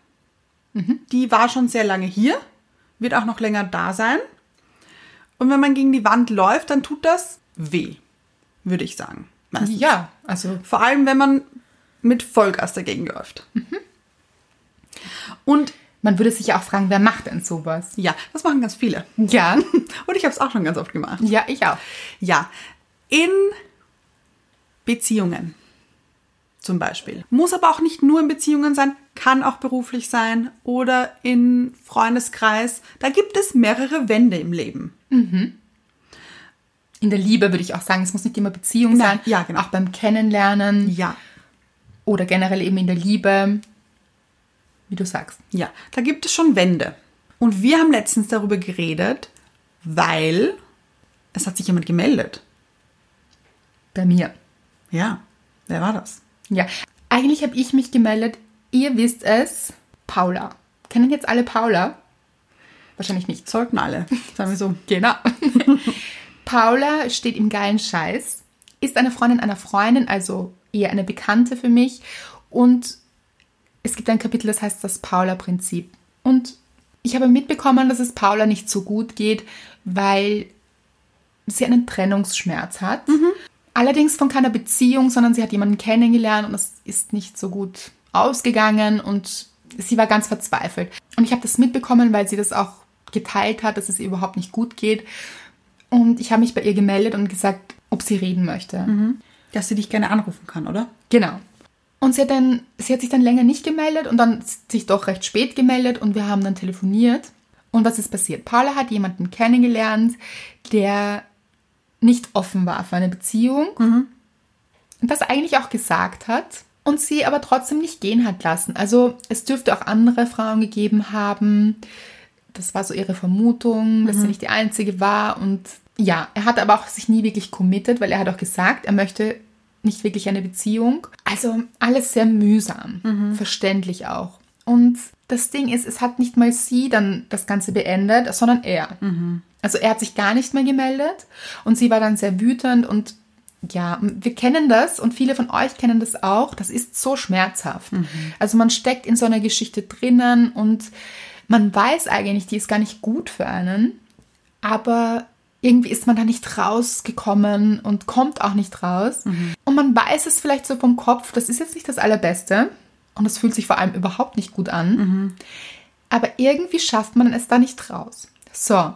[SPEAKER 1] Die war schon sehr lange hier, wird auch noch länger da sein. Und wenn man gegen die Wand läuft, dann tut das weh, würde ich sagen. Meistens.
[SPEAKER 2] ja, also
[SPEAKER 1] Vor allem, wenn man mit Vollgas dagegen läuft. Und
[SPEAKER 2] man würde sich ja auch fragen, wer macht denn sowas?
[SPEAKER 1] ja, das machen ganz viele.
[SPEAKER 2] Ja,
[SPEAKER 1] Und ich habe es auch schon ganz oft gemacht.
[SPEAKER 2] ja, ich auch.
[SPEAKER 1] Ja, in Beziehungen zum Beispiel. Muss aber auch nicht nur in Beziehungen sein, kann auch beruflich sein oder in Freundeskreis. Da gibt es mehrere Wände im Leben.
[SPEAKER 2] In der Liebe würde ich auch sagen, es muss nicht immer Beziehung
[SPEAKER 1] Nein,
[SPEAKER 2] sein.
[SPEAKER 1] ja, genau.
[SPEAKER 2] Auch beim Kennenlernen
[SPEAKER 1] Ja,
[SPEAKER 2] oder generell eben in der Liebe, wie du sagst.
[SPEAKER 1] ja, da gibt es schon Wände. Und wir haben letztens darüber geredet, weil es hat sich jemand gemeldet.
[SPEAKER 2] Bei mir.
[SPEAKER 1] Ja, wer war das?
[SPEAKER 2] Ja, eigentlich habe ich mich gemeldet. Ihr wisst es, Paula. Kennen jetzt alle Paula? Wahrscheinlich nicht.
[SPEAKER 1] Sollten alle, sagen wir so.
[SPEAKER 2] Genau. Paula steht im geilen Scheiß, ist eine Freundin einer Freundin, also eher eine Bekannte für mich. Und es gibt ein Kapitel, das heißt das Paula-Prinzip. Und ich habe mitbekommen, dass es Paula nicht so gut geht, weil sie einen Trennungsschmerz hat. Allerdings von keiner Beziehung, sondern sie hat jemanden kennengelernt und es ist nicht so gut ausgegangen und sie war ganz verzweifelt. Und ich habe das mitbekommen, weil sie das auch geteilt hat, dass es ihr überhaupt nicht gut geht. Und ich habe mich bei ihr gemeldet und gesagt, ob sie reden möchte.
[SPEAKER 1] Dass sie dich gerne anrufen kann, oder?
[SPEAKER 2] Genau. Und sie hat, dann, sie hat sich dann länger nicht gemeldet und dann sich doch recht spät gemeldet und wir haben dann telefoniert. Und was ist passiert? Paula hat jemanden kennengelernt, der nicht offen war für eine Beziehung, und das eigentlich auch gesagt hat und sie aber trotzdem nicht gehen hat lassen. Also es dürfte auch andere Frauen gegeben haben. Das war so ihre Vermutung, dass sie nicht die einzige war und ja, er hat aber auch sich nie wirklich committed, weil er hat auch gesagt, er möchte nicht wirklich eine Beziehung. Also alles sehr mühsam, verständlich auch. Und das Ding ist, es hat nicht mal sie dann das Ganze beendet, sondern er. Also er hat sich gar nicht mehr gemeldet und sie war dann sehr wütend und ja, wir kennen das und viele von euch kennen das auch. Das ist so schmerzhaft. Also man steckt in so einer Geschichte drinnen und man weiß eigentlich, die ist gar nicht gut für einen, aber irgendwie ist man da nicht rausgekommen und kommt auch nicht raus. Und man weiß es vielleicht so vom Kopf, das ist jetzt nicht das Allerbeste und es fühlt sich vor allem überhaupt nicht gut an. Aber irgendwie schafft man es da nicht raus. So,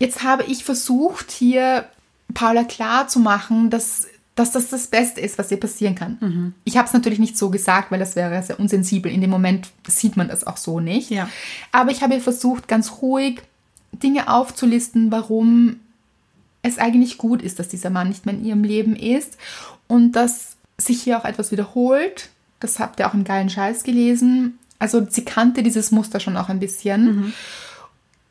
[SPEAKER 2] jetzt habe ich versucht, hier Paula klar zu machen, dass, dass das das Beste ist, was ihr passieren kann. Ich habe es natürlich nicht so gesagt, weil das wäre sehr unsensibel. In dem Moment sieht man das auch so nicht.
[SPEAKER 1] Ja.
[SPEAKER 2] Aber ich habe ihr versucht, ganz ruhig Dinge aufzulisten, warum es eigentlich gut ist, dass dieser Mann nicht mehr in ihrem Leben ist und dass sich hier auch etwas wiederholt. Das habt ihr auch im geilen Scheiß gelesen. Also sie kannte dieses Muster schon auch ein bisschen.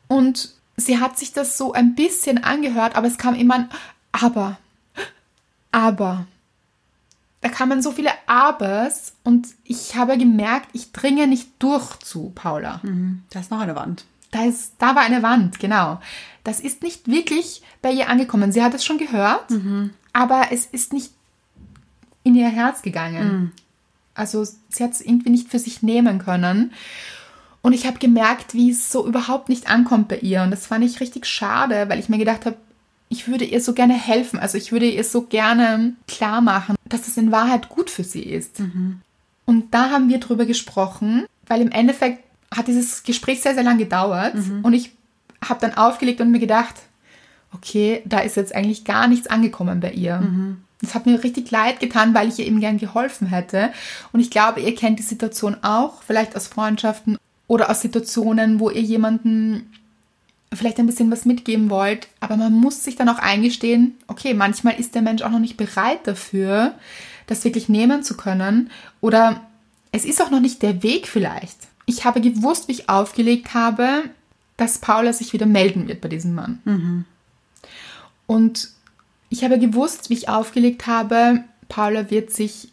[SPEAKER 2] Und sie hat sich das so ein bisschen angehört, aber es kam immer ein Aber. Aber. Da kamen so viele Abers und ich habe gemerkt, ich dringe nicht durch zu Paula.
[SPEAKER 1] Mhm. Da ist noch eine Wand.
[SPEAKER 2] Da, ist, da war eine Wand, genau. Das ist nicht wirklich bei ihr angekommen. Sie hat es schon gehört, aber es ist nicht in ihr Herz gegangen. Also sie hat es irgendwie nicht für sich nehmen können. Und ich habe gemerkt, wie es so überhaupt nicht ankommt bei ihr. Und das fand ich richtig schade, weil ich mir gedacht habe, ich würde ihr so gerne helfen. Also ich würde ihr so gerne klar machen, dass es in Wahrheit gut für sie ist. Und da haben wir drüber gesprochen, weil im Endeffekt hat dieses Gespräch sehr, sehr lang gedauert. Und ich habe dann aufgelegt und mir gedacht, okay, da ist jetzt eigentlich gar nichts angekommen bei ihr. Das hat mir richtig leid getan, weil ich ihr eben gern geholfen hätte. Und ich glaube, ihr kennt die Situation auch, vielleicht aus Freundschaften oder aus Situationen, wo ihr jemanden vielleicht ein bisschen was mitgeben wollt, aber man muss sich dann auch eingestehen, okay, manchmal ist der Mensch auch noch nicht bereit dafür, das wirklich nehmen zu können oder es ist auch noch nicht der Weg vielleicht. Ich habe gewusst, wie ich aufgelegt habe, dass Paula sich wieder melden wird bei diesem Mann. Und ich habe gewusst, wie ich aufgelegt habe, Paula wird sich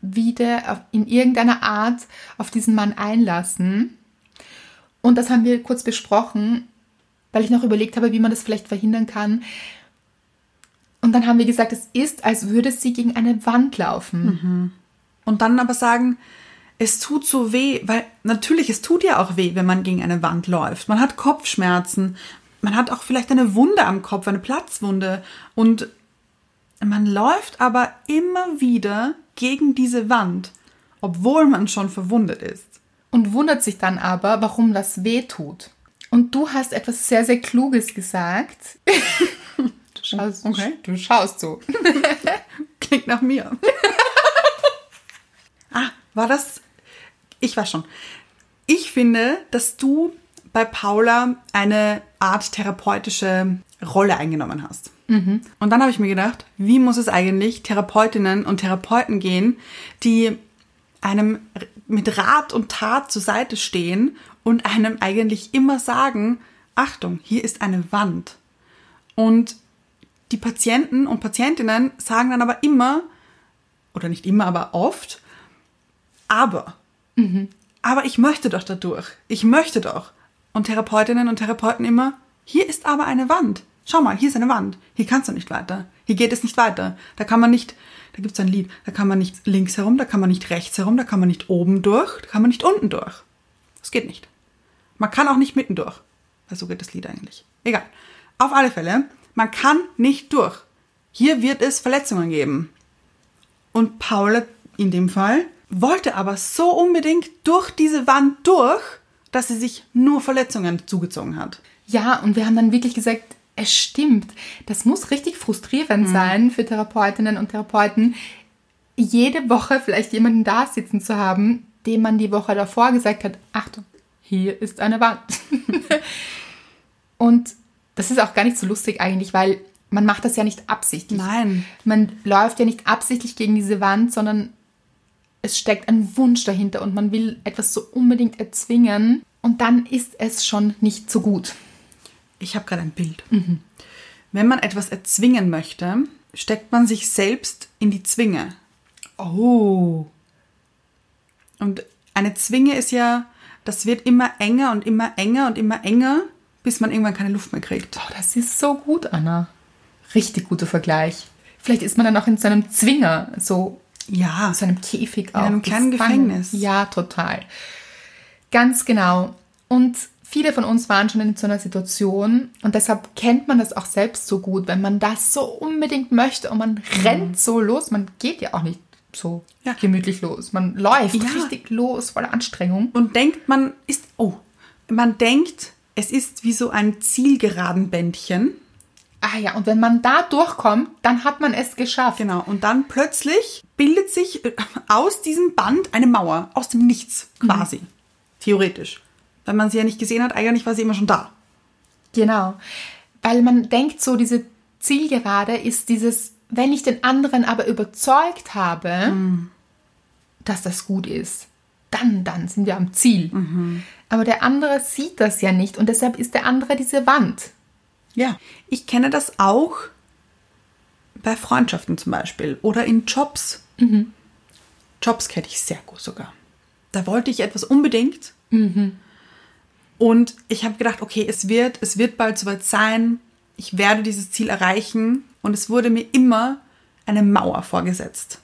[SPEAKER 2] wieder auf, in irgendeiner Art auf diesen Mann einlassen. Und das haben wir kurz besprochen, weil ich noch überlegt habe, wie man das vielleicht verhindern kann. Und dann haben wir gesagt, es ist, als würde sie gegen eine Wand laufen.
[SPEAKER 1] Und dann aber sagen, es tut so weh, weil natürlich, es tut ja auch weh, wenn man gegen eine Wand läuft. Man hat Kopfschmerzen, man hat auch vielleicht eine Wunde am Kopf, eine Platzwunde. Und man läuft aber immer wieder gegen diese Wand, obwohl man schon verwundet ist.
[SPEAKER 2] und wundert sich dann aber, warum das weh tut. Und du hast etwas sehr, sehr Kluges gesagt. Du schaust,
[SPEAKER 1] Okay.
[SPEAKER 2] du schaust so.
[SPEAKER 1] Klingt nach mir. ah, war das. Ich war schon. Ich finde, dass du bei Paula eine Art therapeutische Rolle eingenommen hast. Und dann habe ich mir gedacht, wie muss es eigentlich Therapeutinnen und Therapeuten gehen, die einem r- mit Rat und Tat zur Seite stehen und einem eigentlich immer sagen, Achtung, hier ist eine Wand. Und die Patienten und Patientinnen sagen dann aber immer, oder nicht immer, aber oft, aber, aber ich möchte doch dadurch, ich möchte doch. Und Therapeutinnen und Therapeuten immer, hier ist aber eine Wand. Schau mal, hier ist eine Wand. Hier kannst du nicht weiter. Hier geht es nicht weiter. Da kann man nicht, da gibt es ein Lied, da kann man nicht links herum, da kann man nicht rechts herum, da kann man nicht oben durch, da kann man nicht unten durch. Das geht nicht. Man kann auch nicht mitten durch. Weil so geht das Lied eigentlich. Egal. Auf alle Fälle, man kann nicht durch. Hier wird es Verletzungen geben. Und Paula in dem Fall wollte aber so unbedingt durch diese Wand durch, dass sie sich nur Verletzungen zugezogen hat.
[SPEAKER 2] Ja, und wir haben dann wirklich gesagt, es stimmt. Das muss richtig frustrierend sein für Therapeutinnen und Therapeuten, jede Woche vielleicht jemanden da sitzen zu haben, dem man die Woche davor gesagt hat, Achtung, hier ist eine Wand. und das ist auch gar nicht so lustig eigentlich, weil man macht das ja nicht absichtlich.
[SPEAKER 1] Nein.
[SPEAKER 2] Man läuft ja nicht absichtlich gegen diese Wand, sondern es steckt ein Wunsch dahinter und man will etwas so unbedingt erzwingen und dann ist es schon nicht so gut.
[SPEAKER 1] Ich habe gerade ein Bild. Wenn man etwas erzwingen möchte, steckt man sich selbst in die Zwinge. Oh. Und eine Zwinge ist ja, das wird immer enger und immer enger und immer enger, bis man irgendwann keine Luft mehr kriegt.
[SPEAKER 2] Oh, das ist so gut, Anna. Richtig guter Vergleich. Vielleicht ist man dann auch in so einem Zwinger, so
[SPEAKER 1] Ja,
[SPEAKER 2] so einem Käfig auch.
[SPEAKER 1] einem kleinen
[SPEAKER 2] gefangen.
[SPEAKER 1] Gefängnis.
[SPEAKER 2] Ja, total. Ganz genau. Und viele von uns waren schon in so einer Situation und deshalb kennt man das auch selbst so gut, wenn man das so unbedingt möchte und man rennt so los, man geht ja auch nicht so
[SPEAKER 1] Mhm. Ja.
[SPEAKER 2] gemütlich los. Man läuft
[SPEAKER 1] Ja.
[SPEAKER 2] richtig los, voller Anstrengung.
[SPEAKER 1] und denkt, man ist, oh, man denkt, es ist wie so ein Zielgeradenbändchen.
[SPEAKER 2] Ah ja, und wenn man da durchkommt, dann hat man es geschafft.
[SPEAKER 1] Genau. Und dann plötzlich bildet sich äh, aus diesem Band eine Mauer, aus dem Nichts quasi. Theoretisch. Weil man sie ja nicht gesehen hat, eigentlich war sie immer schon da.
[SPEAKER 2] Genau. Weil man denkt so, diese Zielgerade ist dieses, wenn ich den anderen aber überzeugt habe, dass das gut ist, dann, dann sind wir am Ziel. Aber der andere sieht das ja nicht und deshalb ist der andere diese Wand.
[SPEAKER 1] Ja. Ich kenne das auch bei Freundschaften zum Beispiel oder in Jobs. Mhm. Jobs kenne ich sehr gut sogar. Da wollte ich etwas unbedingt. Und ich habe gedacht, okay, es wird, es wird bald soweit sein. Ich werde dieses Ziel erreichen. Und es wurde mir immer eine Mauer vorgesetzt.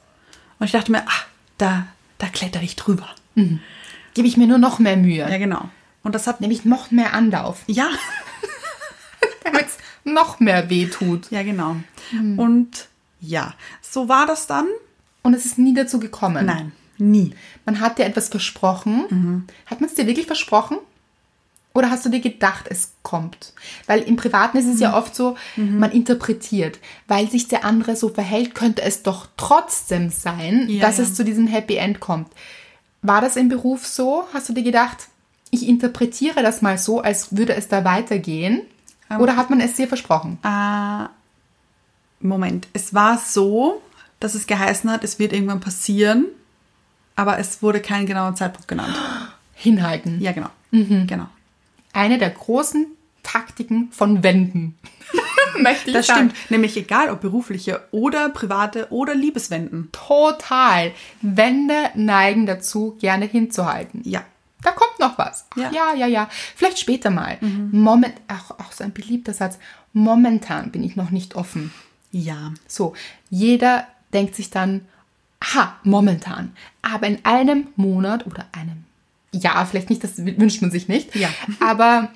[SPEAKER 1] Und ich dachte mir, ah, da, da klettere ich drüber.
[SPEAKER 2] Gebe ich mir nur noch mehr Mühe.
[SPEAKER 1] Ja, genau. Und das hat
[SPEAKER 2] Nehme ich noch mehr Anlauf,
[SPEAKER 1] ja,
[SPEAKER 2] damit es noch mehr weh tut.
[SPEAKER 1] ja genau. Und ja, so war das dann?
[SPEAKER 2] Und es ist nie dazu gekommen.
[SPEAKER 1] Nein, nie.
[SPEAKER 2] Man hat dir etwas versprochen.
[SPEAKER 1] Mhm.
[SPEAKER 2] Hat man es dir wirklich versprochen? Oder hast du dir gedacht, es kommt? Weil im Privaten ist es
[SPEAKER 1] Mhm.
[SPEAKER 2] ja oft so, man interpretiert, weil sich der andere so verhält, könnte es doch trotzdem sein,
[SPEAKER 1] Ja,
[SPEAKER 2] dass
[SPEAKER 1] ja.
[SPEAKER 2] es zu diesem Happy End kommt. War das im Beruf so? Hast du dir gedacht, ich interpretiere das mal so, als würde es da weitergehen? Oder hat man es dir versprochen?
[SPEAKER 1] Ah. Moment, es war so, dass es geheißen hat, es wird irgendwann passieren, aber es wurde kein genauer Zeitpunkt genannt.
[SPEAKER 2] Hinhalten.
[SPEAKER 1] Ja, genau. Genau.
[SPEAKER 2] Eine der großen Taktiken von Wenden. Möchte ich
[SPEAKER 1] Das
[SPEAKER 2] sagen.
[SPEAKER 1] stimmt. Nämlich egal, ob berufliche oder private oder Liebeswenden.
[SPEAKER 2] Total. Wände neigen dazu, gerne hinzuhalten.
[SPEAKER 1] Ja.
[SPEAKER 2] Da kommt noch was. Ach,
[SPEAKER 1] Ja. Mhm.
[SPEAKER 2] ja. ja, ja, Vielleicht später mal. Moment, ach, auch so ein beliebter Satz. Momentan bin ich noch nicht offen.
[SPEAKER 1] Ja.
[SPEAKER 2] So, jeder denkt sich dann, aha, momentan. Aber in einem Monat oder einem Jahr, vielleicht nicht, das wünscht man sich nicht.
[SPEAKER 1] Ja.
[SPEAKER 2] Aber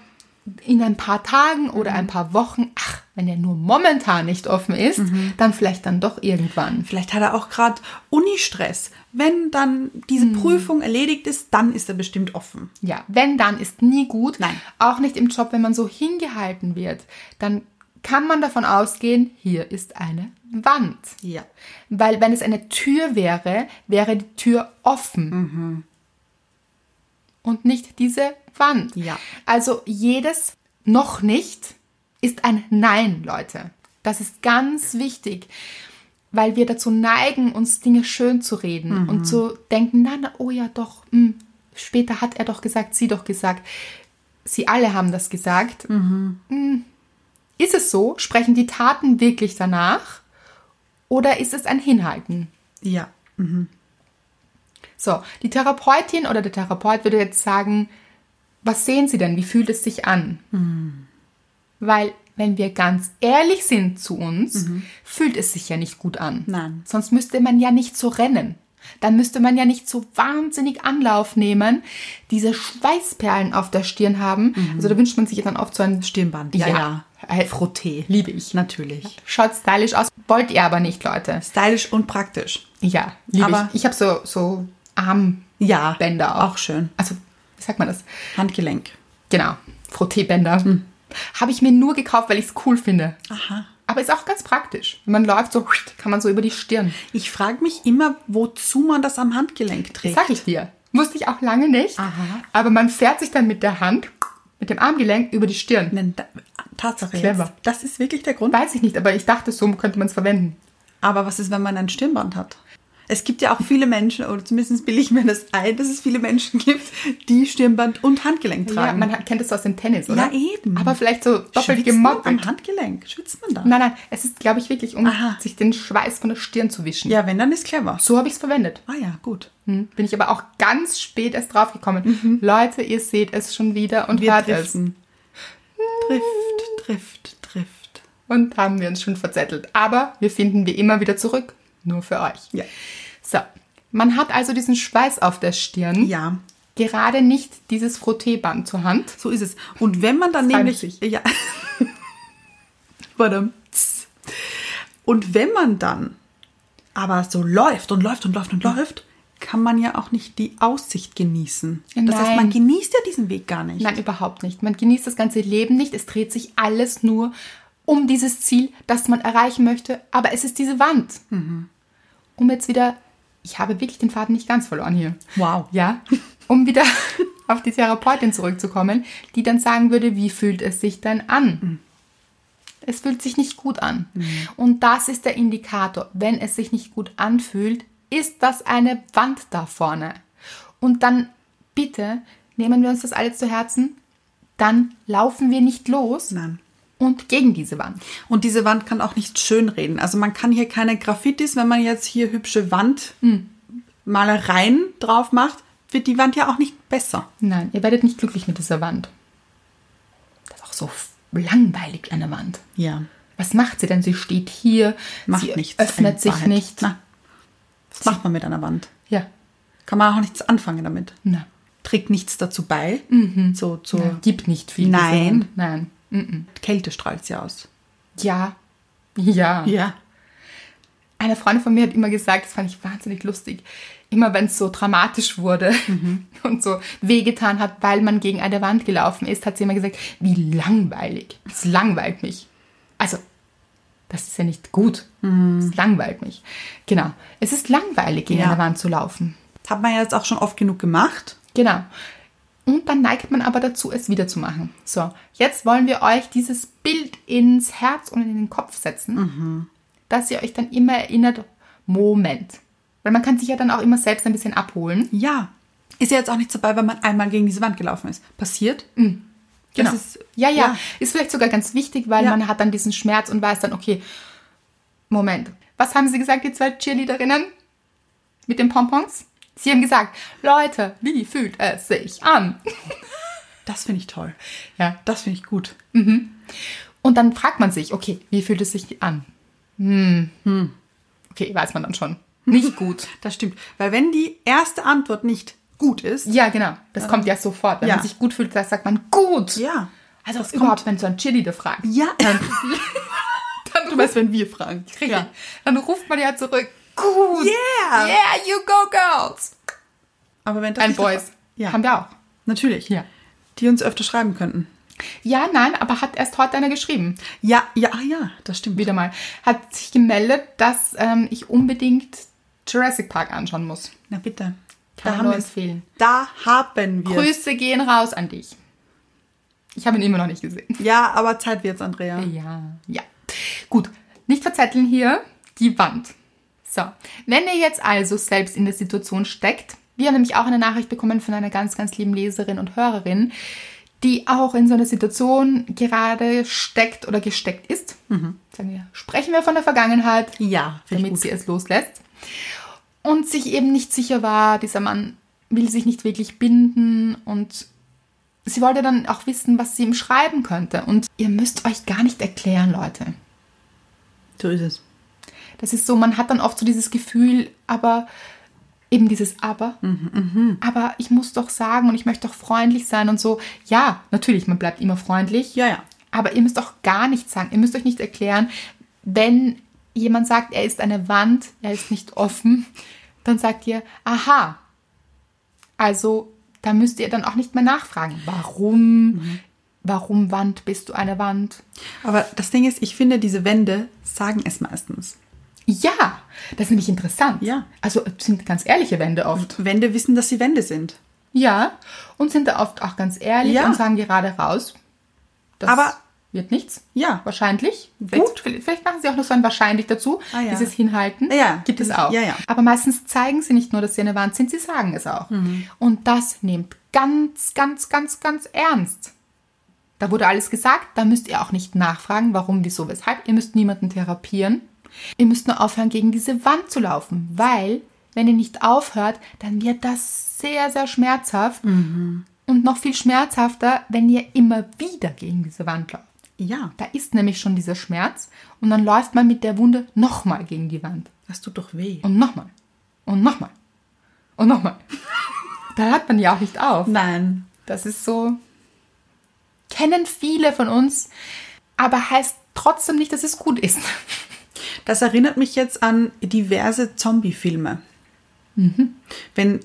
[SPEAKER 2] in ein paar Tagen oder ein paar Wochen, ach, wenn er nur momentan nicht offen ist,
[SPEAKER 1] Mhm.
[SPEAKER 2] dann vielleicht dann doch irgendwann.
[SPEAKER 1] Vielleicht hat er auch gerade Uni-Stress. Wenn dann diese Prüfung erledigt ist, dann ist er bestimmt offen.
[SPEAKER 2] Ja, wenn dann ist nie gut.
[SPEAKER 1] Nein.
[SPEAKER 2] Auch nicht im Job, wenn man so hingehalten wird. Dann kann man davon ausgehen, hier ist eine Wand.
[SPEAKER 1] Ja.
[SPEAKER 2] Weil wenn es eine Tür wäre, wäre die Tür offen. Und nicht diese Wand.
[SPEAKER 1] Ja.
[SPEAKER 2] Also jedes noch nicht ist ein Nein, Leute. Das ist ganz wichtig, weil wir dazu neigen, uns Dinge schön zu reden und zu denken, na, na, oh ja, doch, hm, später hat er doch gesagt, sie doch gesagt. Sie alle haben das gesagt. Hm. Ist es so? Sprechen die Taten wirklich danach? Oder ist es ein Hinhalten?
[SPEAKER 1] Ja.
[SPEAKER 2] So, die Therapeutin oder der Therapeut würde jetzt sagen, was sehen Sie denn? Wie fühlt es sich an?
[SPEAKER 1] Hm.
[SPEAKER 2] Weil, wenn wir ganz ehrlich sind zu uns, fühlt es sich ja nicht gut an.
[SPEAKER 1] Mhm. Nein.
[SPEAKER 2] Sonst müsste man ja nicht so rennen. Dann müsste man ja nicht so wahnsinnig Anlauf nehmen, diese Schweißperlen auf der Stirn haben. Also da wünscht man sich ja dann oft so ein
[SPEAKER 1] Mhm. Stirnband.
[SPEAKER 2] Ja,
[SPEAKER 1] ja.
[SPEAKER 2] ja.
[SPEAKER 1] Äh, Frotté.
[SPEAKER 2] Liebe ich.
[SPEAKER 1] Natürlich.
[SPEAKER 2] Schaut stylisch aus, wollt ihr aber nicht, Leute.
[SPEAKER 1] Stylisch und praktisch.
[SPEAKER 2] Ja, liebe
[SPEAKER 1] Aber-
[SPEAKER 2] ich. Ich habe so, so Arm.
[SPEAKER 1] Ja.
[SPEAKER 2] Bänder auch.
[SPEAKER 1] Auch schön.
[SPEAKER 2] Also, wie sagt man das?
[SPEAKER 1] Handgelenk.
[SPEAKER 2] Genau, Frottee-Bänder. Habe ich mir nur gekauft, weil ich es cool finde.
[SPEAKER 1] Hm. Aha.
[SPEAKER 2] Aber ist auch ganz praktisch. Wenn man läuft, so kann man so über die Stirn.
[SPEAKER 1] Ich frage mich immer, wozu man das am Handgelenk trägt.
[SPEAKER 2] Sag ich dir. Wusste ich auch lange nicht.
[SPEAKER 1] Aha.
[SPEAKER 2] Aber man fährt sich dann mit der Hand, mit dem Armgelenk über die Stirn.
[SPEAKER 1] Nein, da, Tatsache
[SPEAKER 2] Clever.
[SPEAKER 1] jetzt. Das ist wirklich der Grund.
[SPEAKER 2] Weiß ich nicht, aber ich dachte, so könnte man es verwenden.
[SPEAKER 1] Aber was ist, wenn man ein Stirnband hat? Es gibt ja auch viele Menschen, oder zumindest bilde ich mir das ein, dass es viele Menschen gibt, die Stirnband und Handgelenk
[SPEAKER 2] Ja,
[SPEAKER 1] tragen.
[SPEAKER 2] man hat- kennt das so aus dem Tennis, oder?
[SPEAKER 1] Ja, eben.
[SPEAKER 2] Aber vielleicht so doppelt
[SPEAKER 1] Schwitzt man
[SPEAKER 2] gemoppelt.
[SPEAKER 1] am Handgelenk. Schwitzt man da?
[SPEAKER 2] Nein, nein, es ist, glaube ich, wirklich, um
[SPEAKER 1] Aha.
[SPEAKER 2] sich den Schweiß von der Stirn zu wischen.
[SPEAKER 1] Ja, wenn, dann ist clever.
[SPEAKER 2] So habe ich es verwendet.
[SPEAKER 1] Ah ja, gut.
[SPEAKER 2] Hm, Bin ich aber auch ganz spät erst draufgekommen. Leute, ihr seht es schon wieder
[SPEAKER 1] Mhm.
[SPEAKER 2] und
[SPEAKER 1] Wir
[SPEAKER 2] hört
[SPEAKER 1] driften. Drift, drift, drift.
[SPEAKER 2] es. Und haben wir uns schon verzettelt. Aber wir finden wir immer wieder zurück. Nur für euch.
[SPEAKER 1] Ja.
[SPEAKER 2] So, man hat also diesen Schweiß auf der Stirn.
[SPEAKER 1] Ja,
[SPEAKER 2] Gerade nicht dieses Frotteeband zur Hand.
[SPEAKER 1] so ist es. Und wenn man dann nämlich...
[SPEAKER 2] Freimütig.
[SPEAKER 1] Ja. Warte. Und wenn man dann aber so läuft und läuft und läuft und läuft, kann man ja auch nicht die Aussicht genießen. Das heißt,
[SPEAKER 2] Nein.
[SPEAKER 1] man genießt ja diesen Weg gar nicht.
[SPEAKER 2] Nein, überhaupt nicht. Man genießt das ganze Leben nicht. Es dreht sich alles nur um dieses Ziel, das man erreichen möchte. Aber es ist diese Wand.
[SPEAKER 1] Mhm.
[SPEAKER 2] Um jetzt wieder, ich habe wirklich den Faden nicht ganz verloren hier.
[SPEAKER 1] Wow.
[SPEAKER 2] Ja, um wieder auf die Therapeutin zurückzukommen, die dann sagen würde, wie fühlt es sich denn an? Es fühlt sich nicht gut an. Und das ist der Indikator. Wenn es sich nicht gut anfühlt, ist das eine Wand da vorne. Und dann bitte nehmen wir uns das alles zu Herzen, dann laufen wir nicht los
[SPEAKER 1] Nein.
[SPEAKER 2] und gegen diese Wand.
[SPEAKER 1] Und diese Wand kann auch nicht schön reden. Also man kann hier keine Graffitis, wenn man jetzt hier hübsche Wandmalereien drauf macht, wird die Wand ja auch nicht besser.
[SPEAKER 2] Nein, ihr werdet nicht glücklich mit dieser Wand. so f- langweilig an der Wand.
[SPEAKER 1] Ja.
[SPEAKER 2] Was macht sie denn? Sie steht hier,
[SPEAKER 1] Macht
[SPEAKER 2] sie
[SPEAKER 1] nichts. in
[SPEAKER 2] öffnet sich
[SPEAKER 1] Wahrheit.
[SPEAKER 2] nicht.
[SPEAKER 1] Na, was macht man mit einer Wand?
[SPEAKER 2] Ja,
[SPEAKER 1] Kann man auch nichts anfangen damit.
[SPEAKER 2] na,
[SPEAKER 1] Trägt nichts dazu bei.
[SPEAKER 2] Mhm.
[SPEAKER 1] So zur
[SPEAKER 2] gibt nicht viel. diese
[SPEAKER 1] Nein.
[SPEAKER 2] Wand. Nein. Mhm.
[SPEAKER 1] Kälte strahlt sie aus.
[SPEAKER 2] Ja. Ja.
[SPEAKER 1] Ja.
[SPEAKER 2] Eine Freundin von mir hat immer gesagt, das fand ich wahnsinnig lustig, immer wenn es so dramatisch wurde
[SPEAKER 1] Mhm.
[SPEAKER 2] und so wehgetan hat, weil man gegen eine Wand gelaufen ist, hat sie immer gesagt, wie langweilig. Es langweilt mich. Also, das ist ja nicht gut. Es langweilt mich. Genau. Es ist langweilig, gegen
[SPEAKER 1] Mhm. Ja.
[SPEAKER 2] eine Wand zu laufen.
[SPEAKER 1] Das hat man ja jetzt auch schon oft genug gemacht.
[SPEAKER 2] Genau. Und dann neigt man aber dazu, es wieder zu machen. So, jetzt wollen wir euch dieses Bild ins Herz und in den Kopf setzen, dass ihr euch dann immer erinnert, Moment. Weil man kann sich ja dann auch immer selbst ein bisschen abholen.
[SPEAKER 1] Ja. Ist ja jetzt auch nichts dabei, wenn man einmal gegen diese Wand gelaufen ist. Passiert. Das ist,
[SPEAKER 2] Mhm. Genau. ja, ja,
[SPEAKER 1] Genau. ja.
[SPEAKER 2] Ist vielleicht sogar ganz wichtig, weil
[SPEAKER 1] Ja.
[SPEAKER 2] man hat dann diesen Schmerz und weiß dann, okay, Moment. Was haben sie gesagt, die zwei Cheerleaderinnen? Mit den Pompons? Sie haben gesagt, Leute, wie fühlt es sich an?
[SPEAKER 1] Das finde ich toll.
[SPEAKER 2] Ja,
[SPEAKER 1] Das finde ich gut.
[SPEAKER 2] Und dann fragt man sich, okay, wie fühlt es sich an? Hm.
[SPEAKER 1] Hm.
[SPEAKER 2] Okay, weiß man dann schon. Nicht gut.
[SPEAKER 1] Das stimmt. Weil wenn die erste Antwort nicht gut ist,
[SPEAKER 2] Ja, genau. Das kommt ja sofort. Wenn
[SPEAKER 1] Ja.
[SPEAKER 2] man sich gut fühlt, dann sagt man gut.
[SPEAKER 1] Ja.
[SPEAKER 2] Also überhaupt, wenn so ein Chili da fragt.
[SPEAKER 1] ja.
[SPEAKER 2] Dann
[SPEAKER 1] du weißt, wenn wir fragen.
[SPEAKER 2] Richtig.
[SPEAKER 1] Ja.
[SPEAKER 2] Dann ruft man ja zurück. Gut.
[SPEAKER 1] Yeah.
[SPEAKER 2] Yeah, you go girls.
[SPEAKER 1] Aber wenn das
[SPEAKER 2] Ein
[SPEAKER 1] nicht der
[SPEAKER 2] Boys.
[SPEAKER 1] Fall- Ja.
[SPEAKER 2] Haben wir auch.
[SPEAKER 1] Natürlich.
[SPEAKER 2] Ja.
[SPEAKER 1] Die uns öfter schreiben könnten.
[SPEAKER 2] Ja, nein, aber hat erst heute einer geschrieben.
[SPEAKER 1] Ja, ja, ah ja, das stimmt.
[SPEAKER 2] Wieder mal. Hat sich gemeldet, dass ähm, ich unbedingt Jurassic Park anschauen muss.
[SPEAKER 1] Na bitte.
[SPEAKER 2] Kann man nur empfehlen.
[SPEAKER 1] Da haben wir.
[SPEAKER 2] Grüße gehen raus an dich. Ich habe ihn immer noch nicht gesehen.
[SPEAKER 1] Ja, aber Zeit wird's, Andrea.
[SPEAKER 2] Ja. Ja. Gut, nicht verzetteln hier die Wand. So, wenn ihr jetzt also selbst in der Situation steckt, wir haben nämlich auch eine Nachricht bekommen von einer ganz, ganz lieben Leserin und Hörerin, die auch in so einer Situation gerade steckt oder gesteckt ist. Sagen wir, sprechen wir von der Vergangenheit,
[SPEAKER 1] Ja, finde ich
[SPEAKER 2] damit
[SPEAKER 1] gut.
[SPEAKER 2] sie es loslässt. Und sich eben nicht sicher war, dieser Mann will sich nicht wirklich binden und sie wollte dann auch wissen, was sie ihm schreiben könnte. Und ihr müsst euch gar nicht erklären, Leute.
[SPEAKER 1] So ist es.
[SPEAKER 2] Das ist so, man hat dann oft so dieses Gefühl, aber eben dieses Aber.
[SPEAKER 1] Mhm,
[SPEAKER 2] Aber ich muss doch sagen und ich möchte doch freundlich sein und so. Ja, natürlich, man bleibt immer freundlich.
[SPEAKER 1] Ja, ja.
[SPEAKER 2] Aber ihr müsst auch gar nichts sagen. Ihr müsst euch nicht erklären, wenn jemand sagt, er ist eine Wand, er ist nicht offen, dann sagt ihr, aha. Also, da müsst ihr dann auch nicht mehr nachfragen. Warum?
[SPEAKER 1] Mhm.
[SPEAKER 2] Warum Wand? Bist du eine Wand?
[SPEAKER 1] Aber das Ding ist, ich finde, diese Wände sagen es meistens.
[SPEAKER 2] Ja, das ist nämlich interessant.
[SPEAKER 1] Ja.
[SPEAKER 2] Also es sind ganz ehrliche Wände oft.
[SPEAKER 1] Wände wissen, dass sie Wände sind.
[SPEAKER 2] Ja. Und sind da oft auch ganz ehrlich
[SPEAKER 1] Ja.
[SPEAKER 2] und sagen gerade raus. Das
[SPEAKER 1] Aber-
[SPEAKER 2] wird nichts.
[SPEAKER 1] Ja.
[SPEAKER 2] Wahrscheinlich.
[SPEAKER 1] Gut.
[SPEAKER 2] Vielleicht, vielleicht machen sie auch noch so ein wahrscheinlich dazu.
[SPEAKER 1] Ah, ja.
[SPEAKER 2] Dieses Hinhalten.
[SPEAKER 1] Ja,
[SPEAKER 2] Gibt es
[SPEAKER 1] das-
[SPEAKER 2] auch.
[SPEAKER 1] ja, ja.
[SPEAKER 2] Aber meistens zeigen sie nicht nur, dass sie eine Wand sind, sie sagen es auch.
[SPEAKER 1] Mhm.
[SPEAKER 2] Und das nehmt ganz, ganz, ganz, ganz ernst. Da wurde alles gesagt. Da müsst ihr auch nicht nachfragen, warum, wieso, weshalb. Ihr müsst niemanden therapieren. Ihr müsst nur aufhören, gegen diese Wand zu laufen. Weil, wenn ihr nicht aufhört, dann wird das sehr, sehr schmerzhaft.
[SPEAKER 1] Mhm.
[SPEAKER 2] Und noch viel schmerzhafter, wenn ihr immer wieder gegen diese Wand lauft.
[SPEAKER 1] Ja.
[SPEAKER 2] Da ist nämlich schon dieser Schmerz und dann läuft man mit der Wunde nochmal gegen die Wand
[SPEAKER 1] Das tut doch weh.
[SPEAKER 2] und nochmal und nochmal und nochmal. da hört man ja auch nicht auf.
[SPEAKER 1] Nein.
[SPEAKER 2] Das ist so, kennen viele von uns, aber heißt trotzdem nicht, dass es gut ist.
[SPEAKER 1] Das erinnert mich jetzt an diverse Zombie-Filme. Mhm. Wenn.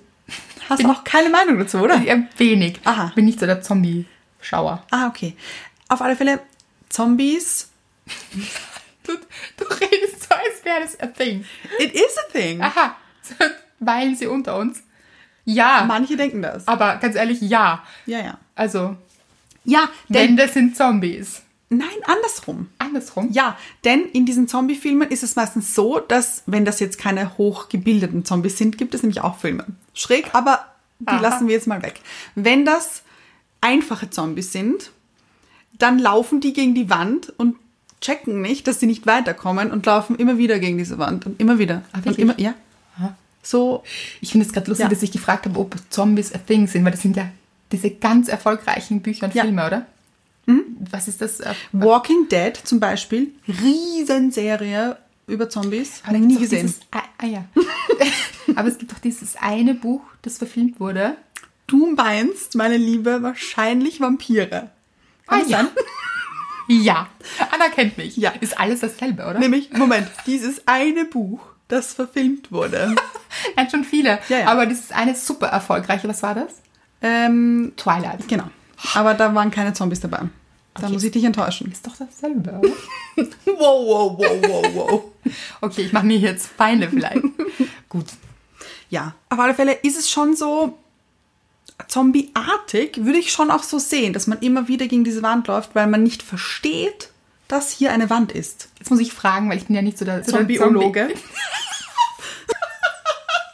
[SPEAKER 1] Hast du auch keine Meinung dazu, oder?
[SPEAKER 2] Eher wenig.
[SPEAKER 1] Aha.
[SPEAKER 2] Bin nicht so der Zombie-Schauer.
[SPEAKER 1] Ah, okay. Auf alle Fälle, Zombies.
[SPEAKER 2] Du, du redest so, als wäre das a thing.
[SPEAKER 1] It is a thing.
[SPEAKER 2] Aha, weilen sie unter uns? Ja,
[SPEAKER 1] Manche denken das.
[SPEAKER 2] aber ganz ehrlich, ja.
[SPEAKER 1] Ja, ja.
[SPEAKER 2] Also,
[SPEAKER 1] Ja, denn.
[SPEAKER 2] Wände sind Zombies.
[SPEAKER 1] Nein, andersrum.
[SPEAKER 2] Andersrum?
[SPEAKER 1] Ja, denn in diesen Zombie-Filmen ist es meistens so, dass, wenn das jetzt keine hochgebildeten Zombies sind, gibt es nämlich auch Filme. Schräg, aber die
[SPEAKER 2] Aha.
[SPEAKER 1] lassen wir jetzt mal weg. Wenn das einfache Zombies sind, dann laufen die gegen die Wand und checken nicht, dass sie nicht weiterkommen und laufen immer wieder gegen diese Wand und immer wieder.
[SPEAKER 2] Ah,
[SPEAKER 1] und
[SPEAKER 2] wirklich?
[SPEAKER 1] immer, ja. So,
[SPEAKER 2] Ich finde es gerade lustig,
[SPEAKER 1] Ja.
[SPEAKER 2] dass ich gefragt habe, ob Zombies a thing sind, weil das sind ja diese ganz erfolgreichen Bücher und
[SPEAKER 1] Ja. Mhm.
[SPEAKER 2] Filme, oder? Was ist das? äh,
[SPEAKER 1] Walking Dead zum Beispiel, Riesenserie über Zombies.
[SPEAKER 2] Aber da gibt's
[SPEAKER 1] nie
[SPEAKER 2] auch
[SPEAKER 1] gesehen.
[SPEAKER 2] Dieses, ah, ah ja. Aber es gibt doch dieses eine Buch, das verfilmt wurde.
[SPEAKER 1] Du meinst, meine Liebe, wahrscheinlich Vampire.
[SPEAKER 2] ah ja. ja. Anna kennt mich.
[SPEAKER 1] Ja.
[SPEAKER 2] Ist alles dasselbe, oder?
[SPEAKER 1] Nämlich, Moment, dieses eine Buch, das verfilmt wurde.
[SPEAKER 2] Nein, schon viele.
[SPEAKER 1] Ja, ja.
[SPEAKER 2] Aber dieses eine super erfolgreiche, was war das?
[SPEAKER 1] ähm,
[SPEAKER 2] Twilight.
[SPEAKER 1] genau. Aber da waren keine Zombies dabei. Da muss ich dich enttäuschen.
[SPEAKER 2] Ist doch dasselbe, oder?
[SPEAKER 1] Wow, wow, wow, wow, wow.
[SPEAKER 2] okay, ich mache mir jetzt Feinde vielleicht. Gut.
[SPEAKER 1] ja, auf alle Fälle ist es schon so zombieartig, würde ich schon auch so sehen, dass man immer wieder gegen diese Wand läuft, weil man nicht versteht, dass hier eine Wand ist.
[SPEAKER 2] Jetzt muss ich fragen, weil ich bin ja nicht so der so der
[SPEAKER 1] Zombiologe.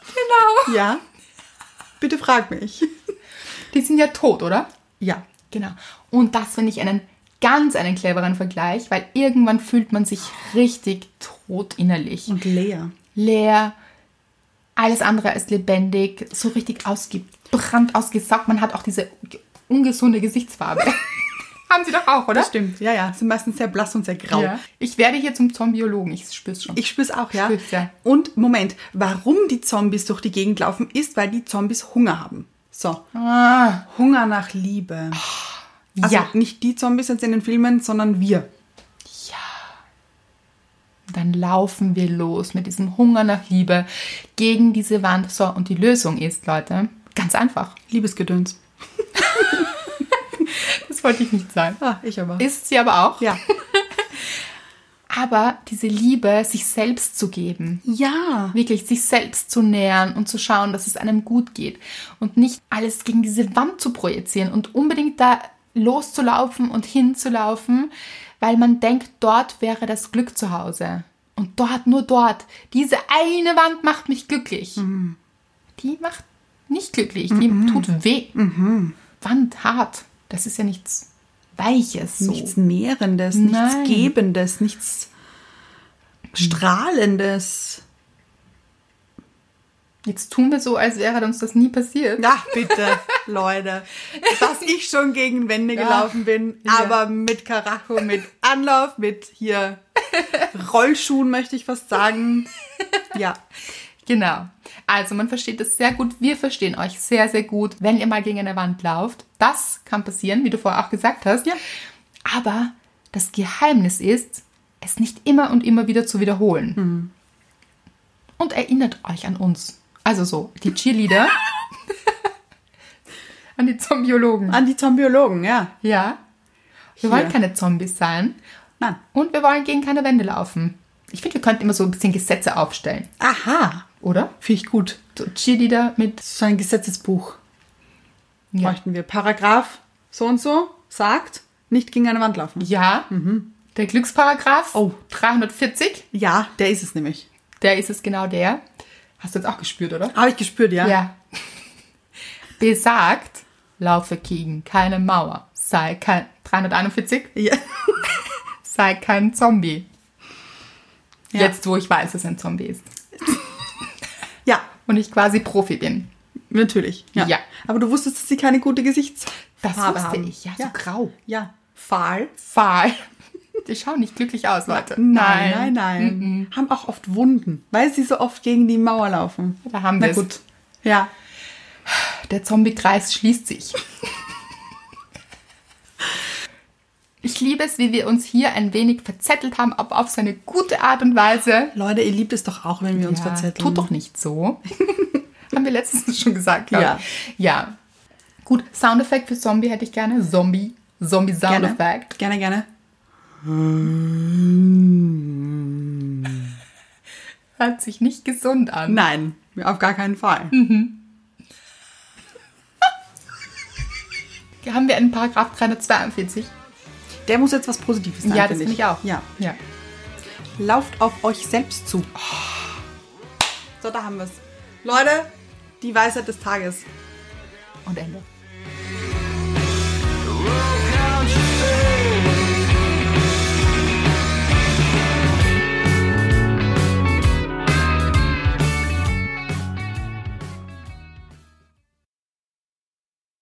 [SPEAKER 2] Genau.
[SPEAKER 1] Ja. Bitte frag mich.
[SPEAKER 2] Die sind ja tot, oder?
[SPEAKER 1] Ja.
[SPEAKER 2] Genau. Und das finde ich einen ganz einen cleveren Vergleich, weil irgendwann fühlt man sich richtig tot innerlich.
[SPEAKER 1] Und leer.
[SPEAKER 2] leer, alles andere ist lebendig, so richtig ausgebrannt, ausgesaugt. Man hat auch diese ungesunde Gesichtsfarbe. Haben Sie doch auch, oder?
[SPEAKER 1] Das stimmt. Ja, ja. Sind meistens sehr blass und sehr grau.
[SPEAKER 2] Ja. Ich werde hier zum Zombiologen, ich spür's schon.
[SPEAKER 1] Ich spür's auch, ja.
[SPEAKER 2] Spür's, ja.
[SPEAKER 1] Und Moment, warum die Zombies durch die Gegend laufen, ist, weil die Zombies Hunger haben. So. Hunger nach Liebe. Also
[SPEAKER 2] ja.
[SPEAKER 1] nicht die Zombies jetzt in den Filmen, sondern wir.
[SPEAKER 2] Dann laufen wir los mit diesem Hunger nach Liebe gegen diese Wand. So, und die Lösung ist, Leute, ganz einfach.
[SPEAKER 1] Liebesgedöns.
[SPEAKER 2] Das wollte ich nicht sagen.
[SPEAKER 1] Ah, ich aber.
[SPEAKER 2] Ist sie aber auch.
[SPEAKER 1] ja.
[SPEAKER 2] Aber diese Liebe, sich selbst zu geben,
[SPEAKER 1] Ja.
[SPEAKER 2] wirklich sich selbst zu nähern und zu schauen, dass es einem gut geht und nicht alles gegen diese Wand zu projizieren und unbedingt da loszulaufen und hinzulaufen, weil man denkt, dort wäre das Glück zu Hause. Und dort, nur dort. Diese eine Wand macht mich glücklich. Die macht nicht glücklich, die tut weh. Wand hart, das ist ja nichts Weiches. So.
[SPEAKER 1] Nichts Nährendes, nichts
[SPEAKER 2] Nein.
[SPEAKER 1] Gebendes, nichts Strahlendes.
[SPEAKER 2] Jetzt tun wir so, als wäre uns das nie passiert.
[SPEAKER 1] Na bitte, Leute. Dass ich schon gegen Wände
[SPEAKER 2] Ja.
[SPEAKER 1] gelaufen bin, aber mit Karacho, mit Anlauf, mit hier Rollschuhen möchte ich fast sagen. Ja.
[SPEAKER 2] Genau. Also man versteht das sehr gut. Wir verstehen euch sehr, sehr gut, wenn ihr mal gegen eine Wand lauft. Das kann passieren, wie du vorher auch gesagt hast.
[SPEAKER 1] Ja.
[SPEAKER 2] Aber das Geheimnis ist, es nicht immer und immer wieder zu wiederholen. Und erinnert euch an uns. Also so, die Cheerleader. an die Zombiologen.
[SPEAKER 1] An die Zombiologen, ja.
[SPEAKER 2] Ja. Wir
[SPEAKER 1] Hier.
[SPEAKER 2] wollen keine Zombies sein.
[SPEAKER 1] Nein.
[SPEAKER 2] Und wir wollen gegen keine Wände laufen. Ich finde, wir könnten immer so ein bisschen Gesetze aufstellen,
[SPEAKER 1] Aha.
[SPEAKER 2] oder?
[SPEAKER 1] Finde ich gut.
[SPEAKER 2] So Cheerleader mit
[SPEAKER 1] So ein Gesetzesbuch
[SPEAKER 2] Ja.
[SPEAKER 1] bräuchten wir. Paragraph so und so sagt, nicht gegen eine Wand laufen.
[SPEAKER 2] Ja, der Glücksparagraph
[SPEAKER 1] Mhm. Oh.
[SPEAKER 2] 340,
[SPEAKER 1] Ja, der ist es nämlich.
[SPEAKER 2] der ist es genau der. Hast du jetzt auch gespürt, oder?
[SPEAKER 1] Habe ich gespürt, ja?
[SPEAKER 2] Besagt, laufe gegen keine Mauer, sei kein 341,
[SPEAKER 1] Ja.
[SPEAKER 2] sei kein Zombie.
[SPEAKER 1] Ja.
[SPEAKER 2] Jetzt, wo ich weiß, dass ein Zombie ist
[SPEAKER 1] Ja,
[SPEAKER 2] und ich quasi Profi bin.
[SPEAKER 1] natürlich. Ja.
[SPEAKER 2] Ja.
[SPEAKER 1] Aber du wusstest, dass sie keine gute Gesichtsfarbe
[SPEAKER 2] Das wusste
[SPEAKER 1] haben.
[SPEAKER 2] ich, ja, so grau.
[SPEAKER 1] Ja. Fahl.
[SPEAKER 2] Fahl. Die schauen nicht glücklich aus, Leute.
[SPEAKER 1] nein, nein.
[SPEAKER 2] Mhm.
[SPEAKER 1] Haben auch oft Wunden, weil sie so oft gegen die Mauer laufen.
[SPEAKER 2] Da haben
[SPEAKER 1] Na
[SPEAKER 2] wir's.
[SPEAKER 1] gut. Ja.
[SPEAKER 2] Der Zombie-Kreis schließt sich. Ich liebe es, wie wir uns hier ein wenig verzettelt haben, aber auf so eine gute Art und Weise.
[SPEAKER 1] Leute, ihr liebt es doch auch, wenn wir uns verzetteln.
[SPEAKER 2] Tut doch nicht so. haben wir letztens schon gesagt, glaub
[SPEAKER 1] Ja.
[SPEAKER 2] ich. Ja. Gut, Soundeffekt für Zombie hätte ich gerne. Zombie. Zombie
[SPEAKER 1] gerne.
[SPEAKER 2] Soundeffekt.
[SPEAKER 1] Gerne, gerne.
[SPEAKER 2] Hört sich nicht gesund an.
[SPEAKER 1] Nein, auf gar keinen Fall.
[SPEAKER 2] Hm. Haben wir einen Paragraph 342?
[SPEAKER 1] Der muss jetzt was Positives sein.
[SPEAKER 2] ja, das
[SPEAKER 1] find
[SPEAKER 2] finde ich auch.
[SPEAKER 1] Ja.
[SPEAKER 2] ja.
[SPEAKER 1] Lauft auf euch selbst zu.
[SPEAKER 2] Oh.
[SPEAKER 1] So, da haben wir es. Leute, die Weisheit des Tages.
[SPEAKER 2] Und Ende.
[SPEAKER 5] Woke